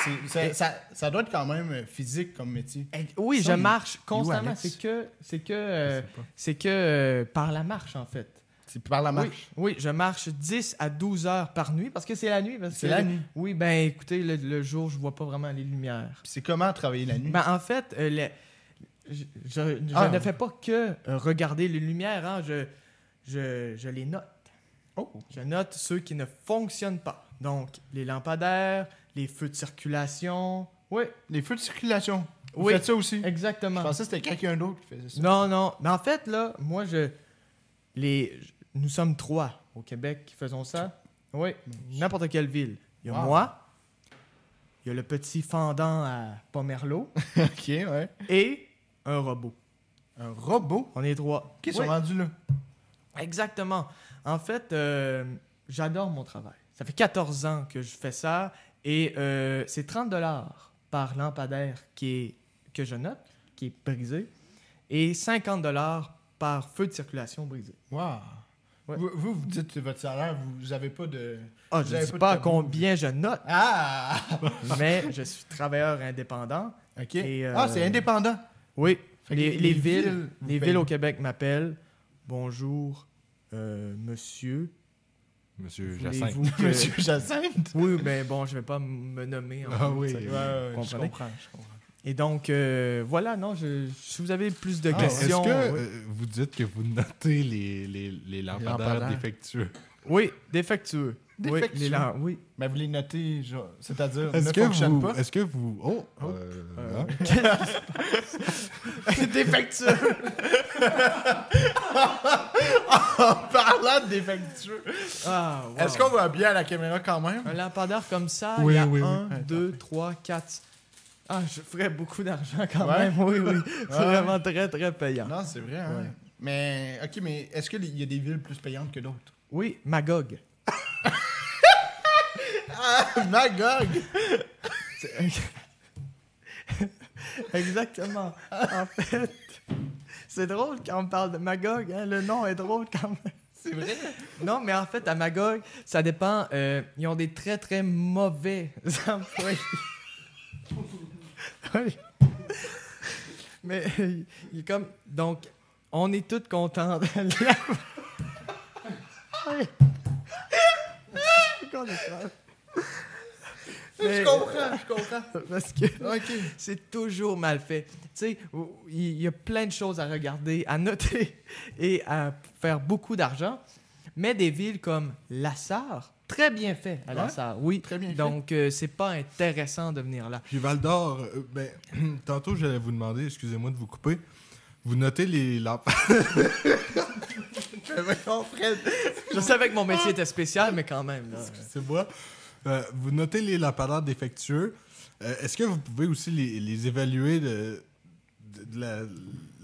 B: c'est- c'est- ça, ça doit être quand même euh, physique comme métier.
A: Et- oui,
B: Ça,
A: je
B: il-
A: marche
B: où,
A: constamment.
B: Alex?
A: C'est que. C'est que. euh,
C: Je sais pas.
A: c'est que euh, par la marche, en fait.
B: C'est par la
A: Oui,
B: marche.
A: oui, je marche 10 à 12 heures par nuit parce que c'est la nuit. parce
B: C'est
A: que-
B: la nuit.
A: Oui, ben écoutez, le, le jour, je vois pas vraiment les lumières.
B: Puis C'est comment travailler la nuit?
A: Ben, en fait, euh, le- je, je- je
B: Mm. Ah.
A: ne fais pas que euh, regarder les lumières, hein, je, je, je les note.
B: oh.
A: Je note ceux qui ne fonctionnent pas. Donc, les lampadaires, les feux de circulation. Oui,
B: Les feux de circulation. Vous
A: Oui.
B: faites ça aussi. Je
A: exactement.
B: pensais que c'était quelqu'un d'autre qui faisait ça.
A: Non, non. Mais en fait, là, moi, je. Les... je- Nous sommes trois au Québec qui faisons ça. Oui, n'importe quelle ville. Il y a
B: Wow.
A: moi, il y a le petit fendant à Pomerleau
B: ok, ouais.
A: et un robot.
B: Un robot
A: On est trois.
B: qui
A: Oui,
B: sont rendus là.
A: Exactement. En fait, euh, j'adore mon travail. Ça fait 14 ans que je fais ça et euh, c'est 30 dollars par lampadaire qui est... que je note. qui est brisé, et 50 dollars par feu de circulation brisé.
B: Wow.
A: Ouais.
B: Vous, vous, vous dites votre salaire, vous n'avez pas de.
A: Ah,
B: Vous
A: je ne
B: avez
A: sais
B: pas de
A: pas
B: tabou.
A: combien je note,
B: Ah!
A: mais je suis travailleur indépendant.
B: OK.
A: Et, euh,
B: Ah, c'est indépendant.
A: Oui,
B: Fait que
A: les,
B: les-
A: les
B: les
A: villes,
B: villes vous
A: les
B: payent.
A: villes au Québec m'appellent. Bonjour, euh, monsieur.
C: Monsieur Jacinthe.
A: Voulez-vous que-
B: Monsieur Jacinthe.
A: Oui, mais bon, je vais pas me nommer. en
C: Ah
A: fait,
C: oui.
A: ça.
B: Ouais,
C: Vous
B: ouais, je
A: comprenez?
B: comprends, je comprends.
A: Et donc, euh, voilà, non, je, si vous avez plus de
B: Ah,
C: Mais Est-ce
A: questions.
C: que
A: oui.
C: euh, vous dites que vous notez les, les, les lampadaires
B: lampadaires.
C: défectueux?
A: Oui, défectueux. Oui,
B: Défectueux.
A: les lan- Oui.
B: Mais vous les notez, genre, c'est-à-dire, ne
C: Est-ce que,
B: fonctionne
C: vous...
B: pas.
C: Est-ce que vous... Oh!
A: Oh.
C: euh,
A: Euh,
C: hein?
A: défectueux.
B: En parlant de défectueux,
A: Ah, wow.
B: est-ce qu'on voit bien à la caméra quand même?
A: Un lampadaire comme ça,
C: Oui,
A: il y a
C: oui, oui.
A: un,
B: Ouais,
A: deux, trois, quatre. Ah, je ferais beaucoup d'argent quand
B: Ouais.
A: même. Oui, oui. C'est
B: Ouais.
A: vraiment très, très payant.
B: Non, c'est vrai. hein.
A: Ouais.
B: Mais, OK, mais est-ce qu'il y a des villes plus payantes que d'autres?
A: Oui, Magog.
B: Magog!
A: Exactement. En fait, c'est drôle quand on parle de Magog. hein, Le nom est drôle quand même.
B: C'est vrai?
A: Non, mais en fait, à Magog, ça dépend. euh, ils ont des très, très mauvais employés. Oui. Mais euh, il est comme. Donc, on est tous contents d'aller là-bas. Oui. Qu'on est contents. Mais-
B: Je
D: euh.
B: comprends, je comprends.
A: euh, Parce que
B: OK.
A: c'est toujours mal fait. Tu sais, où- il y a plein de choses à regarder, à noter et à faire beaucoup d'argent. Mais des villes comme Lassar, très bien fait à
B: Ouais,
A: Lassar, oui.
B: très bien fait.
A: Donc, euh, c'est pas intéressant de venir là.
C: Puis Val d'Or, euh, ben, tantôt j'allais vous demander, excusez-moi de vous couper, vous notez les lampadaires...
B: Mais voyons, Fred.
A: Je savais que mon métier était spécial, mais quand même. là.
C: Excusez-moi. Euh, vous notez les lampadaires défectueux. Euh, Est-ce que vous pouvez aussi les, les évaluer de, de- de la-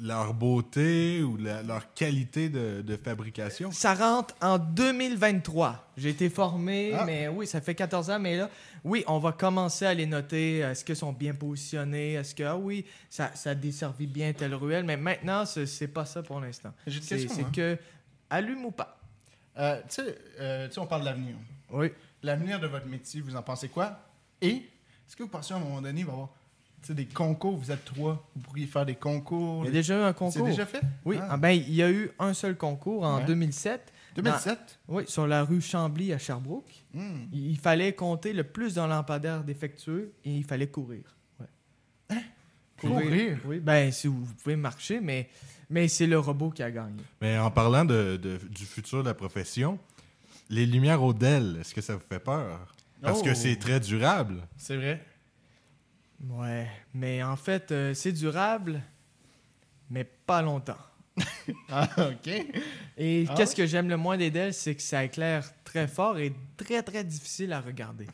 C: leur beauté ou la- leur qualité de, de fabrication?
A: Ça rentre en 2023. J'ai été formé,
B: Ah.
A: mais oui, ça fait 14 ans, mais là, oui, on va commencer à les noter. Est-ce qu'ils sont bien positionnés? Est-ce que, ah oui, ça, ça desservit bien telle ruelle? Mais maintenant, ce- c'est pas ça pour l'instant.
B: J'ai une
A: C'est
B: question,
A: c'est
B: hein.
A: que, allume ou pas?
B: Euh, tu sais, euh, tu sais, on parle de l'avenir.
A: Oui.
B: L'avenir de votre métier, vous en pensez quoi? Et est-ce que vous pensez à un moment donné, il va y avoir tu sais, des concours, vous êtes trois, vous pourriez faire des concours.
A: Il y a déjà eu un concours.
B: C'est déjà fait?
A: Oui,
B: Ah.
A: ah ben, il y a eu un seul concours en
B: Ouais.
A: 2007.
B: 2007?
A: Oui, sur la rue Chambly à Sherbrooke.
B: Hmm.
A: Il il fallait compter le plus de lampadaires défectueux et il fallait courir. Ouais.
B: Courir?
A: Oui, ben si vous, vous pouvez marcher, mais, mais c'est le robot qui a gagné.
C: Mais en parlant de- de- du futur de la profession, les lumières au DEL, est-ce que ça vous fait peur? Parce
B: Oh.
C: que c'est très durable.
B: C'est vrai.
A: Ouais, mais en fait, euh, c'est durable, mais pas longtemps.
B: Ah, OK.
A: Et
B: Ah
A: qu'est-ce que j'aime le moins des DEL, c'est que ça éclaire très fort et très très difficile à regarder.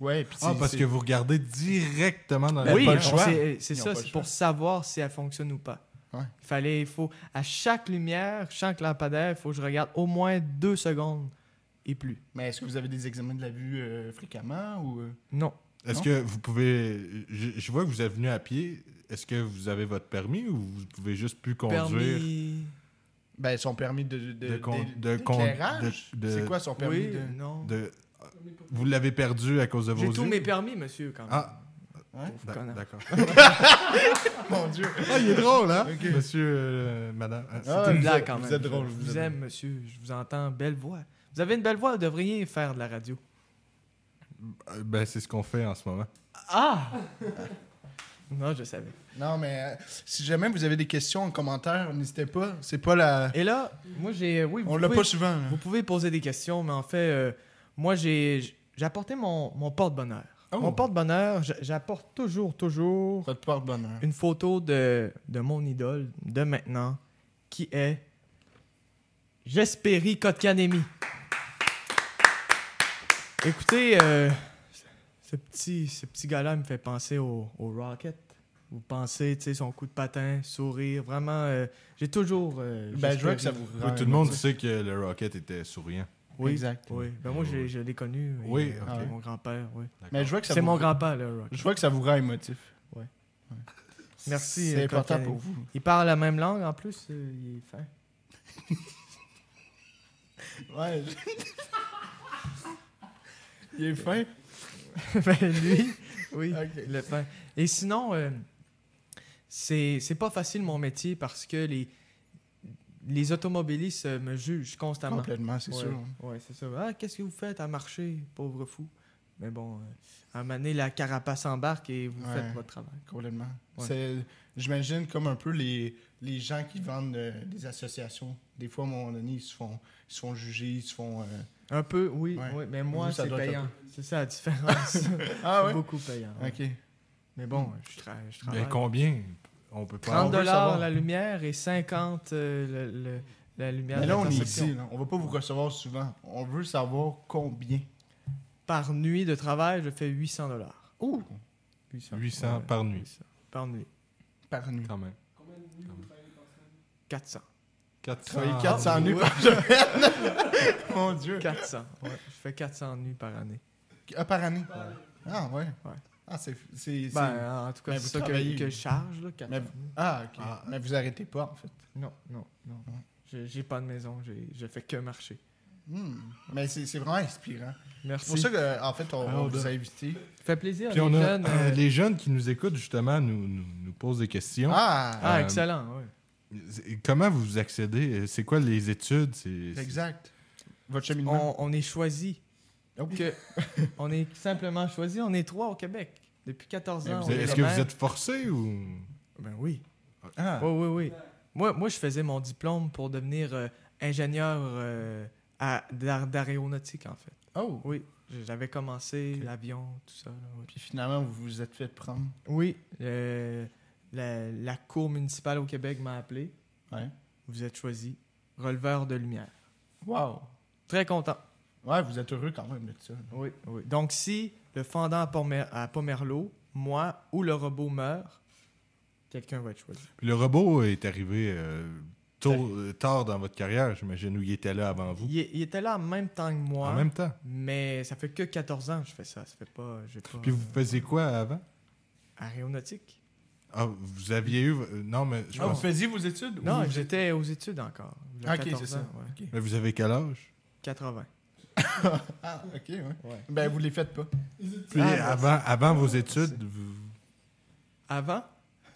B: Ouais, puis
C: Ah,
B: c'est-
C: parce
B: c'est-
C: que vous regardez directement dans
B: Ben
C: la
A: oui,
B: pas le
A: on
B: choix.
A: sait- eh, C'est
B: Ils ont
A: ça,
B: pas le
A: c'est pour savoir si elle fonctionne ou pas.
B: Ouais.
A: Il fallait, il faut, à chaque lumière, chaque lampadaire, il faut que je regarde au moins deux secondes et plus.
B: Mais est-ce que vous avez des examens de la vue euh, fréquemment ou... euh?
A: Non.
C: Est-ce
B: Non?
C: que vous pouvez. Je, je vois que vous êtes venu à pied. Est-ce que vous avez votre permis ou vous pouvez juste plus conduire
A: Permis.
B: Ben, son permis de...
C: de,
B: De,
C: con-
B: d'é-
C: de con-
B: d'éclairage?
C: de- de-
B: C'est quoi son permis
A: Oui,
B: de...
A: non.
C: de- Vous l'avez perdu à cause de vos
A: J'ai tous
C: yeux?
A: mes permis, monsieur, quand même.
C: Ah,
B: Hein?
A: Pauvre
C: d'a-
A: connard.
C: d'accord.
B: Oh, Mon Dieu!
C: Ah, il est drôle, hein?
B: Ok.
C: Monsieur, euh, madame. Ah, c'est-
B: Ah,
A: C'est une
B: vous
A: blague,
B: êtes-
A: quand
B: vous
A: même.
B: êtes drôle,
A: Je
B: vous
A: vous
B: êtes
A: aime, monsieur. Je vous entends, belle voix. Vous avez une belle voix, vous devriez faire de la radio.
C: euh, ben, c'est ce qu'on fait en ce moment.
A: Ah! non, je savais.
B: Non, mais euh, si jamais vous avez des questions en commentaire, n'hésitez pas. C'est pas la...
A: Et là, moi, j'ai... Oui,
B: On
A: vous
B: l'a
A: pouvez-
B: pas souvent. hein. là.
A: Vous pouvez poser des questions, mais en fait, euh, moi, j'ai j'ai apporté mon, mon porte-bonheur.
B: Oh.
A: Mon porte-bonheur, j'a- j'apporte toujours, toujours
B: Votre porte-bonheur.
A: une photo de, de mon idole de maintenant, qui est Jespéry Kotkanemi. Écoutez, euh, ce petit, ce petit gars-là me fait penser au, au Rocket. Vous pensez, tu sais, son coup de patin, sourire, vraiment, euh, j'ai toujours... euh,
B: Ben, je vois que ça
A: Jespéry.
B: vous
C: Oui, tout le monde sait que le Rocket était souriant.
A: Oui,
B: Exact.
A: Oui. Ben moi, je, l'ai- je l'ai connu. et,
C: Oui,
A: euh,
B: ok.
A: Mon grand-père, oui.
B: Mais je vois que ça
A: C'est
B: vous-
A: mon grand-père, le Rock.
B: Je vois que ça vous rend émotif.
A: Merci.
B: C'est
A: euh,
B: important
A: Coquin.
B: pour vous.
A: Il parle la même langue en plus, euh, il est fin.
B: Ouais. Il est fin.
A: ben, lui, oui,
B: Ok.
A: le fin. Et sinon, euh, c'est c'est pas facile mon métier parce que les, les automobilistes euh, me jugent constamment.
B: Complètement, c'est
A: Ouais,
B: sûr.
A: ouais, c'est ça. Ah, qu'est-ce que vous faites à marcher, pauvre fou? Mais bon, euh, à un moment donné, la carapace embarque et vous
B: Ouais.
A: faites votre travail.
B: Complètement.
A: Ouais.
B: C'est, j'imagine, comme un peu les, les gens qui vendent euh, des associations. Des fois, à un moment donné, ils se font, ils se font juger, ils se font. euh,
A: Un peu, oui,
B: Ouais.
A: oui, mais moi,
B: Vous, ça
A: c'est
B: doit être un
A: payant. C'est ça la différence.
B: Ah
A: C'est
B: ouais?
A: beaucoup payant. ouais.
B: Ok.
A: Mais bon, je, tra-
B: Ah
A: je travaille.
C: Mais combien on peut pas.
A: 30
B: on veut
A: dollars
B: savoir.
A: la lumière et 50 euh, le- le- la lumière.
B: Mais
A: de
B: là,
A: la
B: on est
A: transaction.
B: ici. là. On va pas vous recevoir souvent. On veut savoir combien.
A: Par nuit de travail, je fais 800 dollars.
B: Ouh!
A: 800,
C: 800 par nuit.
A: Par nuit.
B: Par nuit.
C: Quand même.
A: 400.
C: 400.
B: Travailler 400 nuits
A: ouais.
B: par semaine. Mon Dieu.
A: 400. ouais. Je fais 400 nuits par année.
B: Ah, par année. Ah, ouais.
A: Ouais.
B: Ah, c'est. c'est, c'est-
A: Ben, en tout cas,
B: Mais
A: c'est
B: vous
A: ça que,
B: travaillez.
A: que je charge. Là, 400.
B: Mais- Ah, ok.
C: Ah.
B: Mais vous arrêtez pas, en fait.
A: Non, non, non.
B: Ouais.
A: Je- J'ai pas de maison. j'ai- Je fais que marcher.
B: Hmm. Mais c'est, c'est vraiment inspirant. C'est
A: Merci.
B: pour ça qu'en en fait, on,
C: Ah,
B: on
C: on
B: vous
C: doit-
B: a invité.
A: fait plaisir.
C: Puis
A: les
C: on a
A: jeunes, euh,
C: les jeunes qui nous écoutent justement nous, nous, nous posent des questions.
B: Ah,
A: Ah,
C: euh,
A: excellent. ouais.
C: Comment vous accédez C'est quoi les études C'est c'est-
B: exact. Oh, Votre cheminement.
A: On, on est choisi.
B: Ok.
A: Que- on est simplement choisi. On est trois au Québec depuis 14
B: Mais
A: ans.
B: vous
A: on
B: êtes-
A: est
C: Est-ce que
A: le
C: vous
A: maire.
C: êtes forcé ou
A: Ben oui.
B: Ah.
A: Oui, oui, oui. Moi, moi, je faisais mon diplôme pour devenir euh, ingénieur euh, à- d'ar- d'aéronautique, en fait.
B: Oh.
A: Oui, j'avais commencé
B: Ok.
A: l'avion, tout ça. là, oui.
B: Puis finalement, vous vous êtes fait prendre.
A: Oui, euh, la, la cour municipale au Québec m'a appelé.
B: Ouais.
A: Vous êtes choisi releveur de lumière.
B: Wow.
A: Très content.
B: Ouais, vous êtes heureux quand même de ça.
A: Oui, oui. Donc, si le fendant à, Pomer- à Pomerleau, moi ou le robot meurt, quelqu'un va être choisi.
C: Puis Le robot est arrivé euh, tôt- euh, tard dans votre carrière, j'imagine, où il était là avant vous.
A: Il, est- il était là en même temps que moi.
C: En même temps.
A: Mais ça fait que 14 ans que je fais ça. Ça fait pas. j'ai pas-
C: Puis vous faisiez quoi avant
A: Aéronautique.
C: Ah, vous aviez eu. euh, Non, mais je
B: Ah, vous
C: pense.
B: faisiez vos études? ou
A: Non,
B: vous-
A: j'étais aux études encore. J'ai
B: Ah, ok,
A: 14
B: c'est ça.
A: ans, ouais.
B: Ok.
C: Mais vous avez quel âge
A: 80.
B: Ah, ok, ouais.
A: Ouais.
B: Ben, vous les faites pas.
C: Puis
A: merci.
C: avant, avant vos études, vous,
A: Avant,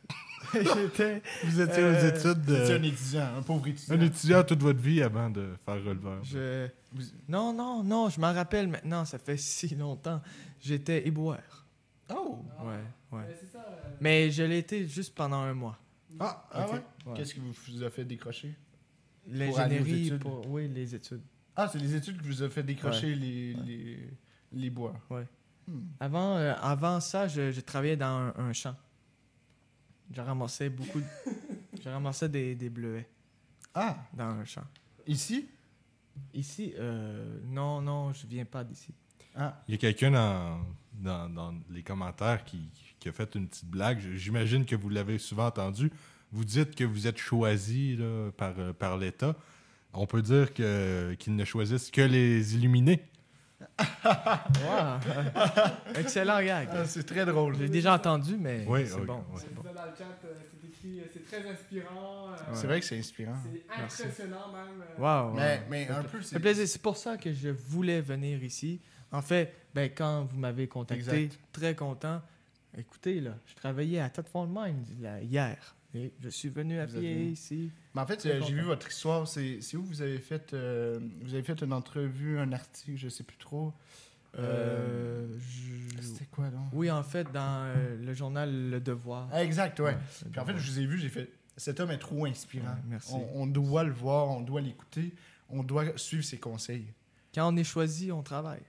A: j'étais.
C: vous étiez
A: Euh,
C: aux études
B: Vous étiez un
C: de.
B: étudiant, un pauvre
C: Un
B: étudiant.
C: étudiant toute votre vie avant de faire releveur.
A: je-
B: Vous-
A: Non, non, non, je m'en rappelle maintenant. Ça fait si longtemps. J'étais éboueur.
B: Oh!
A: Ouais, ouais.
D: Mais c'est ça. euh,
A: Mais je l'ai été juste pendant un mois.
B: Ah, ah
A: Ok.
B: ouais?
A: Ouais.
B: Qu'est-ce qui vous- vous a fait décrocher? aller aux
A: L'ingénierie
B: études.
A: pour. Oui, les études.
B: Ah, c'est les études qui vous a fait décrocher les,
A: Ouais.
B: les, les bois.
A: Ouais.
B: Hmm.
A: Avant, euh, avant ça, je, je travaillais dans un, un champ. Je ramassais beaucoup. de- je ramassais des, des bleuets
B: Ah,
A: dans un champ.
B: ici?
A: Ici, euh, non, non, je viens pas d'ici.
B: Ah,
C: Il y a quelqu'un dans, dans, dans les commentaires qui, qui a fait une petite blague. J- J'imagine que vous l'avez souvent entendu. Vous dites que vous êtes choisi là, par, euh, par l'État. On peut dire que- qu'ils ne choisissent que les illuminés.
A: Wow. Excellent gag.
B: Ah, c'est très drôle.
A: J'ai déjà entendu, mais
C: Oui,
A: c'est
C: oui,
A: bon.
C: oui.
A: c'est
D: je
A: bon.
D: disais dans le chat, euh, c'est écrit, euh, c'est très inspirant. euh,
B: C'est vrai que c'est inspirant.
D: C'est
A: Merci.
D: impressionnant même. euh,
A: Wow.
B: Mais,
A: ouais.
B: mais
A: Ça
B: un
A: fait-
B: peu,
A: ça fait
B: c'est...
A: plaisir. C'est pour ça que je voulais venir ici. En fait, ben, quand vous m'avez contacté,
B: Exact.
A: très content. Écoutez, là, je travaillais à Tatford Mines là, hier. Et je suis venu à
B: Vous
A: pied
B: êtes venu.
A: ici.
B: Mais en fait,
A: Très
B: euh, j'ai
A: content.
B: vu votre histoire. C'est c'est où vous avez fait euh, vous avez fait une entrevue, un article, je sais plus trop.
A: Euh,
B: Euh,
A: je-
B: C'était quoi donc
A: Oui, en fait, dans euh, le journal Le Devoir.
B: Ah, Exact, ouais.
A: Le
B: Puis en fait,
A: Devoir.
B: je vous ai vu, j'ai fait cet homme est trop inspirant.
A: Ouais, merci.
B: On, on doit le voir, on doit l'écouter, on doit suivre ses conseils.
A: Quand on est choisi, on travaille.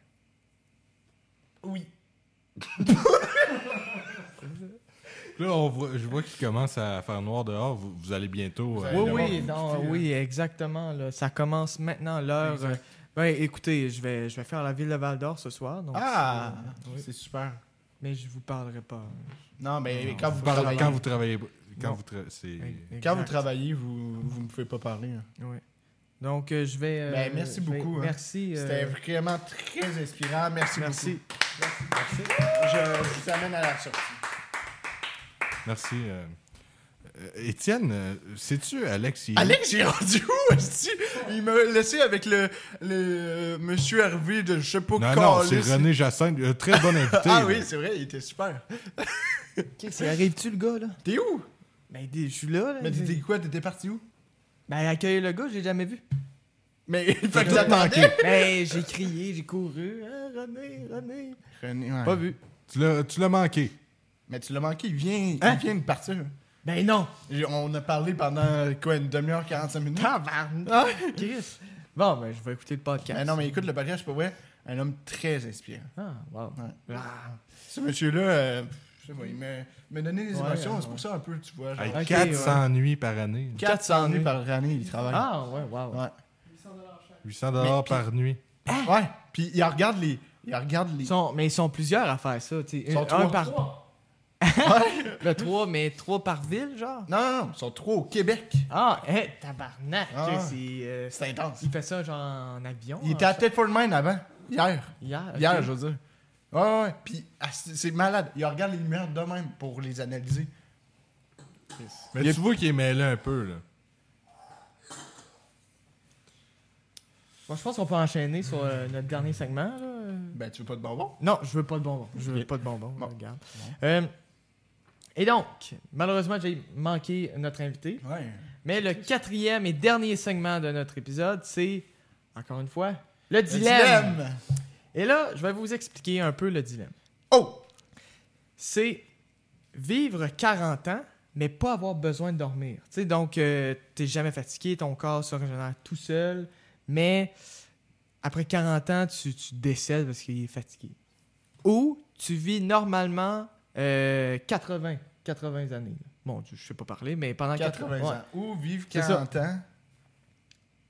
B: Oui.
C: Là, on voit- je vois qu'il commence à faire noir dehors. Vous, vous allez bientôt.
B: Vous
C: euh,
B: allez
A: Oui,
B: le
A: oui,
B: voir,
A: non,
B: profiter,
A: oui, exactement. là. ça commence maintenant
B: Ah,
A: l'heure. euh, ben, écoutez, je vais, je vais faire la ville de Val d'Or ce soir. donc,
B: Ah,
A: euh, oui.
B: c'est super.
A: Mais je vous parlerai pas.
B: Non, mais
C: non,
B: quand, vous
C: parlez-
B: travaillez,
C: quand vous travaillez, quand
A: Non.
C: vous tra- c'est-
B: quand vous
A: Exact.
B: travaillez, vous vous ne pouvez pas parler. hein.
A: Oui. Donc, euh, je vais. euh,
B: Ben, merci
A: je vais-
B: beaucoup, hein.
A: Merci. euh,
B: C'était vraiment très inspirant. Merci,
A: merci.
B: beaucoup. Je, je vous amène à la sortie.
C: Merci. euh, Euh, Étienne, euh, sais-tu, Alex, il-
B: Alex, j'ai rendu où est-ce que- Il m'a laissé avec le, le euh, monsieur Hervé de je sais pas
C: Non, non,
B: quoi.
C: c'est René Jacinthe, un très bon invité.
B: Ah
C: là.
B: oui, c'est vrai, il était super.
A: Arrive-tu le gars, là?
B: T'es où
A: Ben, des- je suis là. là.
B: Mais t'étais quoi T'étais parti où
A: Ben, accueille le gars, j'ai jamais vu.
B: Mais il fait que
C: tout
B: t'attendais.
A: Ben, j'ai crié, j'ai couru. Ah, René, René.
B: René, ouais.
A: Pas vu.
C: Tu l'as- tu l'as manqué.
B: Mais tu l'as manqué, il vient,
A: Hein?
B: il vient de partir.
A: Ben non.
B: Et On a parlé pendant quoi, une demi-heure, 45 minutes?
A: Tabarnak.
B: Ah!
A: Chris. Bon, ben, je vais écouter le podcast.
B: Ah non, mais écoute, le bagage, c'est pas vrai. Un homme très inspirant.
A: Ah, wow.
B: Ouais.
A: Ah,
B: Ce monsieur-là, euh, je sais pas, il m'a m'a donné des
A: Ouais,
B: émotions,
A: ouais,
B: c'est pour ça un peu, tu vois. Genre,
C: Hey,
A: Ok,
C: 400 nuits par année.
B: 400 nuits par année, il travaille.
A: Ah, ouais, wow.
B: Ouais.
C: 800 dollars
B: puis-
C: par nuit.
B: Ah. Ouais, puis il regarde les. Il regarde les.
A: Ils sont- mais ils sont plusieurs à faire ça. tu sais.
B: Ils sont
A: un
B: trois.
A: par. le 3, mais 3 par ville, genre.
B: Non, non, non, ils sont trois au Québec.
A: Ah, hé, tabarnak.
B: Ah.
A: C'est, euh,
B: C'est intense.
A: il fait ça, genre, en avion.
B: Il
A: en
B: était à
A: char-
B: Tedford Mine avant, hier.
A: Hier. ok.
B: Hier, je veux dire. Ouais, ouais, ouais. Puis ah, c'est c'est malade. Il regarde les lumières de même pour les analyser.
C: Mais
B: Il y a-
C: tu vois qu'il est mêlé un peu, là.
A: Bon, je pense qu'on peut enchaîner sur euh, notre dernier segment, là. euh.
B: Ben, tu veux pas de bonbons?
A: Non, je veux pas de bonbons. Je veux
B: Ok.
A: pas de bonbons.
B: Bon.
A: Regarde. Euh, et donc, malheureusement, j'ai manqué notre invité.
B: Ouais.
A: Mais le quatrième et dernier segment de notre épisode, c'est, encore une fois, le
B: Le
A: dilemme. Et là, je vais vous expliquer un peu le dilemme.
B: Oh!
A: C'est vivre 40 ans, mais pas avoir besoin de dormir. Tu sais, donc, euh, t'es jamais fatigué, ton corps se régénère tout seul, mais après 40 ans, tu, tu décèdes parce qu'il est fatigué. Ou tu vis normalement euh, 80, 80 années. Bon, je sais pas parler, mais pendant
B: 80
A: ouais.
B: ans. Ou vivre
A: C'est ça.
B: 40 ans.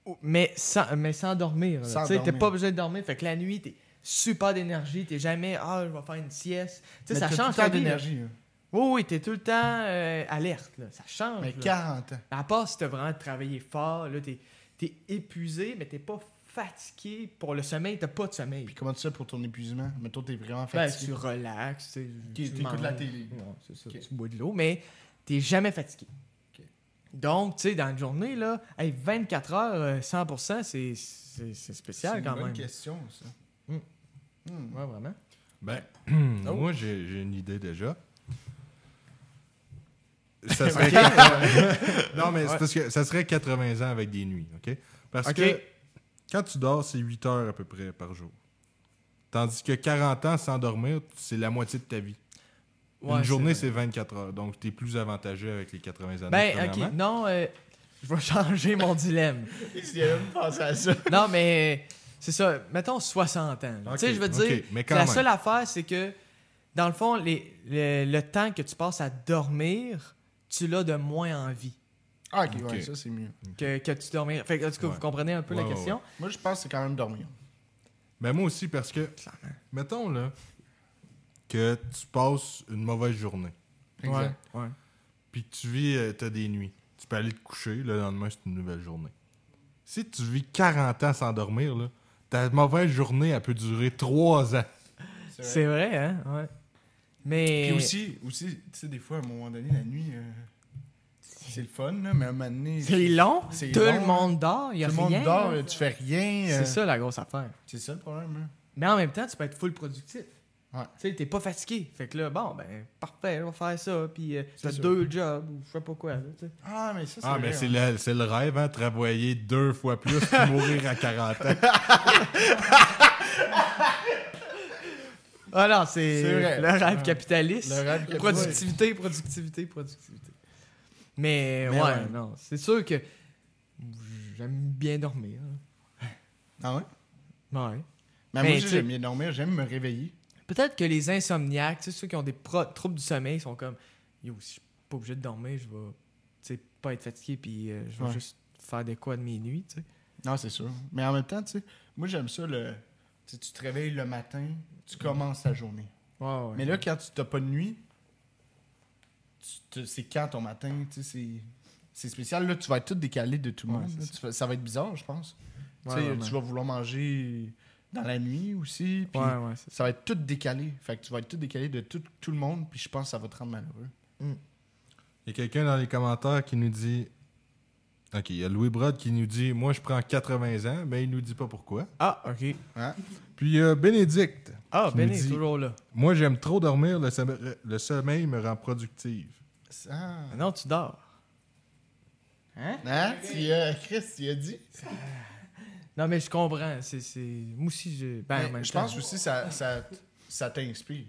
A: Ou- Mais sans, mais sans dormir. là.
B: Sans
A: Tu sais, t'es
B: dormir.
A: pas obligé de dormir. Fait que la nuit, t'es super d'énergie. T'es jamais, ah, je vais faire une sieste.
B: Ben,
A: Tu sais, ça change ta vie, là.
B: d'énergie. hein.
A: Oui, oui, t'es tout le temps euh, alerte. là. Ça change.
B: Mais
A: là.
B: 40 ans.
A: À part si t'as vraiment travaillé fort, là, t'es t'es épuisé, mais t'es pas fatigué pour le sommeil. T'as pas de sommeil.
B: Puis comment tu fais pour ton épuisement? Mais toi, t'es vraiment
A: Ben,
B: fatigué.
A: tu relaxes. tu sais,
B: Tu-
A: tu
B: t'écoutes
A: manges.
B: la télé.
A: Ouais, c'est ça.
B: Ok.
A: Tu bois de l'eau, mais t'es jamais fatigué.
B: Ok.
A: Donc, tu sais, dans une journée, là, hey, 24 heures, euh, 100%, c'est- c'est c'est spécial quand même.
B: question, ça.
A: Hmm.
B: Hmm.
A: Ouais, vraiment.
C: Ben,
A: Oh.
C: moi, j'ai j'ai une idée déjà. Ça serait... non, mais c'est parce que ça serait 80 ans avec des nuits, OK? Parce
A: Ok.
C: que quand tu dors, c'est 8 heures à peu près par jour. Tandis que 40 ans sans dormir, c'est la moitié de ta vie.
A: Ouais,
C: une journée,
A: vrai.
C: c'est 24 heures. Donc, tu es plus avantageux avec les 80 années.
A: Ben,
C: premièrement.
A: ok, non, euh, je vais changer mon dilemme.
B: Il a même pensé à ça.
A: Non, mais c'est ça. Mettons 60 ans. là.
C: Ok,
A: tu sais, je veux dire,
C: ok, mais quand
A: la
C: même.
A: seule affaire, c'est que, dans le fond, les, le, le temps que tu passes à dormir, tu l'as de moins envie
B: Ah, ok, ouais,
C: Ok.
B: ça, c'est mieux.
A: que, que tu dormiras. Fait que, en tout cas,
C: Ouais.
A: vous comprenez un peu
C: Ouais,
A: la
C: ouais,
A: question.
B: Moi, je pense que c'est quand même dormir.
C: Ben moi aussi, parce que, mettons là, que tu passes une mauvaise journée,
B: Exact.
A: Ouais, ouais.
C: puis que tu vis, euh, t'as des nuits. Tu peux aller te coucher, le lendemain, c'est une nouvelle journée. Si tu vis 40 ans sans dormir, là, ta mauvaise journée, elle peut durer 3 ans.
A: C'est vrai, hein? Ouais. Mais.
B: Puis aussi, aussi tu sais, des fois, à un moment donné, la nuit, euh, c'est le fun, là, mais à un moment donné.
A: C'est long.
B: C'est
A: Tout
B: long, hein.
A: le monde dort. Il y a
B: Tout le
A: rien,
B: monde dort,
A: là.
B: euh, tu fais rien. euh,
A: C'est ça la grosse affaire.
B: C'est ça le problème. hein.
A: Mais en même temps, tu peux être full productif.
B: Ouais.
A: Tu sais, t'es pas fatigué. Fait que là, bon, ben, parfait, on va faire ça. Puis euh, t'as
B: sûr.
A: deux jobs ou je sais pas quoi. là, tu sais.
B: Ah, mais ça, c'est.
C: Ah,
B: vrai,
C: mais c'est
B: hein.
C: le, c'est le rêve, hein, travailler deux fois plus puis mourir à 40 ans.
A: Ah non, c'est
B: C'est vrai.
A: le rêve
B: Ouais.
A: capitaliste.
B: Le rêve que- euh,
A: Productivité, productivité, productivité. Mais,
B: Mais
A: ouais,
B: ouais.
A: non, c'est sûr que j'aime bien dormir. hein.
B: Ah, ouais?
A: Ouais.
B: Mais
A: Mais
B: moi,
A: Ben, tu
B: aussi,
A: sais-
B: j'aime bien dormir, j'aime me réveiller.
A: Peut-être que les insomniaques, tu sais, ceux qui ont des pro- troubles du sommeil, sont comme Yo, si je suis pas obligé de dormir, je vais tu sais, pas être fatigué, puis euh, je vais
B: Ouais.
A: juste faire des quoi de mes nuits, tu sais.
B: Non, c'est sûr. Mais en même temps, tu sais, moi, j'aime ça le. tu sais, tu te réveilles le matin, tu commences ta journée.
A: Ouais, ouais.
B: Mais là, quand tu t'as pas de nuit, tu te- c'est quand ton matin, tu sais, c'est- c'est spécial. Là, tu vas être tout décalé de tout le
A: Ouais,
B: monde.
A: c'est
B: là.
A: ça.
B: Tu vas- ça va être bizarre, je pense. Tu
A: Ouais,
B: sais,
A: vraiment.
B: tu vas vouloir manger dans la nuit aussi. puis
A: Ouais, ouais, c'est
B: Ça va être tout décalé. Fait que tu vas être tout décalé de tout, tout le monde, puis je pense que ça va te rendre malheureux.
C: Il y a quelqu'un dans les commentaires qui nous dit. Ok, il y a Louis Brod qui nous dit Moi, je prends 80 ans, mais il nous dit pas pourquoi.
A: Ah, ok.
C: Puis il y a Bénédicte.
A: Ah,
C: qui nous
A: Ben
C: dit,
A: est toujours là.
C: Moi, j'aime trop dormir, le, sommeil- le sommeil me rend productive.
B: Ah.
A: Ah Non, tu dors. Hein?
B: Hein? Tu y as- Chris, tu y as dit?
A: Non, mais je comprends. C'est, c'est... Moi aussi, je. Ben, en
B: Mais
A: même
B: je
A: temps.
B: pense aussi que ça, ça, ça t'inspire.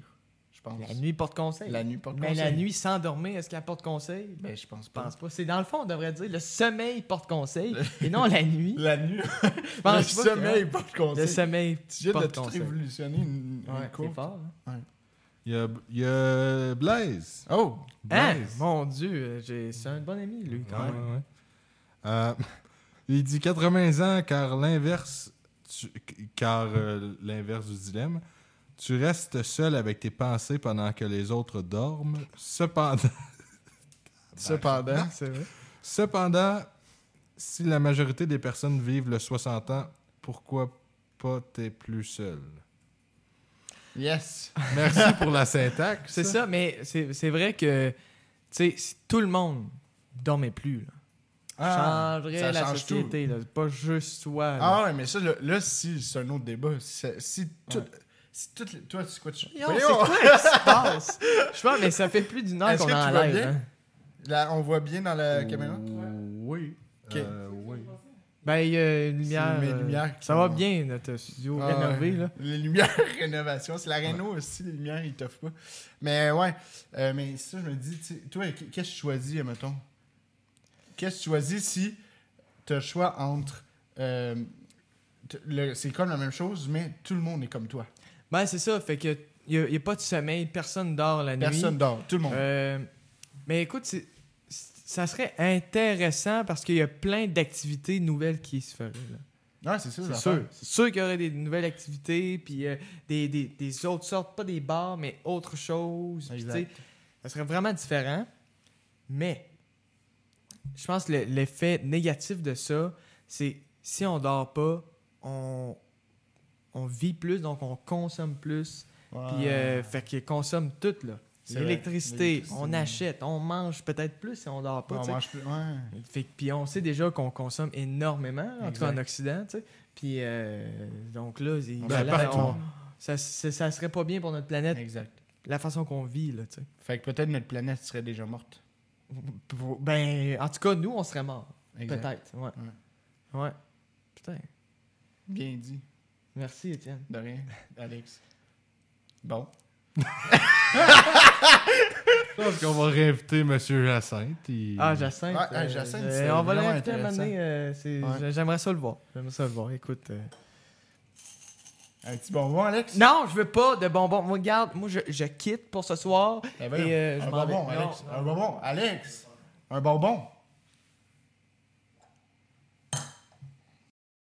B: Je pense.
A: La nuit porte conseil.
B: La nuit, pas de
A: mais la
B: conseil.
A: nuit sans dormir, est-ce qu'elle porte conseil?
B: Ben, je pense
A: Je
B: pas.
A: pense pas. C'est dans le fond, on devrait dire le sommeil porte conseil et non la nuit.
B: La nuit.
A: Je
B: le
A: pense pas que-
B: sommeil, pas de conseil.
A: Le sommeil
B: Tu viens de
A: porte
B: tout
A: conseil.
B: révolutionner une, une
A: Ouais, c'est
B: courbe.
A: fort. hein?
C: Il y a, il y a Blaise.
B: Oh!
A: Hein?
C: Blaise.
A: Mon Dieu, euh, j'ai... c'est un bon ami, lui, quand
C: Ouais,
A: même.
C: ouais, ouais. Euh, il dit 80 ans car l'inverse tu- car euh, l'inverse du dilemme. Tu restes seul avec tes pensées pendant que les autres dorment. Cependant,
B: Cependant,
A: C'est vrai.
C: cependant si la majorité des personnes vivent le 60 ans, pourquoi pas t'es plus seul?
B: yes!
C: Merci pour la syntaxe.
A: C'est ça, mais c'est, c'est vrai que, tu sais, si tout le monde dormait plus, là, changerait
B: Ah, ça
A: la
B: change
A: société. Là. C'est Pas juste toi. là.
B: Ah ouais, mais ça, là, là, si, c'est un autre débat. C'est- Si, tout, si toutes les- toi, c'est quoi tu...
A: Yo, c'est
B: Voyons!
A: quoi qui se passe? Je pense, mais ça fait plus d'une heure
B: Est-ce
A: qu'on
B: que
A: est en
B: tu vas
A: live.
B: bien?
A: hein.
B: Là, on voit bien dans la Euh, caméra?
C: Oui.
B: Ok.
C: Euh, oui.
A: Ben, il y a une lumière.
B: mes
A: euh,
B: lumières qui
A: ça va
B: sont-
A: bien, notre studio
B: Ah,
A: rénové.
B: ouais.
A: Là.
B: Les lumières rénovation. C'est la réno aussi, les lumières, ils t'offrent pas. Mais ouais, euh, mais ça, je me dis, tu sais, toi, qu- qu'est-ce que tu choisis, mettons Qu'est-ce que tu choisis si tu as le choix entre. euh, t- le- c'est comme la même chose, mais tout le monde est comme toi.
A: Ben, c'est ça. Fait que il n'y a, pas de sommeil, personne dort la
B: Personne
A: nuit.
B: dort, tout le monde.
A: Euh, mais écoute, c'est- c'est- ça serait intéressant parce qu'il y a plein d'activités nouvelles qui se feraient. là.
B: ouais, c'est ça,
A: C'est
B: l'affaire.
A: sûr. C'est sûr qu'il y aurait des nouvelles activités, puis euh, des, des- des autres sortes, pas des bars, mais autre chose. Puis,
B: Exact.
A: tu sais, ça serait vraiment différent. Mais je pense que le- l'effet négatif de ça, c'est si on dort pas, on, on vit plus, donc on consomme plus.
B: Ouais.
A: Puis, euh, fait qu'ils consomment tout, là.
B: C'est vrai.
A: L'électricité,
B: L'électricité.
A: on achète, on mange peut-être plus si on dort pas.
B: on
A: tu sais.
B: mange plus. Ouais.
A: Fait que- puis on sait déjà qu'on consomme énormément, en tout cas en
B: Exact.
A: Occident, tu sais. Puis euh, donc là, il-
B: On
A: ben
B: fait
A: là,
B: partout.
A: on- ça, ça, ça serait pas bien pour notre planète,
B: Exact.
A: la façon qu'on vit, là, tu sais.
B: Fait que peut-être notre planète serait déjà morte.
A: Pour- Ben, en tout cas, nous, on serait morts,
B: Exact.
A: peut-être, ouais. ouais. Putain,
B: Bien dit.
A: merci Étienne.
B: De rien, Alex. Bon.
C: Je pense qu'on va réinviter M. Jacinthe. Il-
A: Ah, Jacinthe.
B: Ouais, ouais, Jacinthe,
A: euh,
B: c'est
A: on va
B: vraiment
A: l'inviter à un moment donné, euh, c'est-
B: Ouais.
A: j'a- J'aimerais ça le voir. J'aimerais ça le voir. Écoute. euh,
B: Un petit bonbon, Alex?
A: Non, je veux pas de bonbons. Moi, regarde, moi, je, je quitte pour ce soir.
B: Eh ben,
A: Et, euh, je
B: un
A: m'en
B: bonbon,
A: vais.
B: Alex.
A: Non,
B: Un bonbon, Alex. Un bonbon.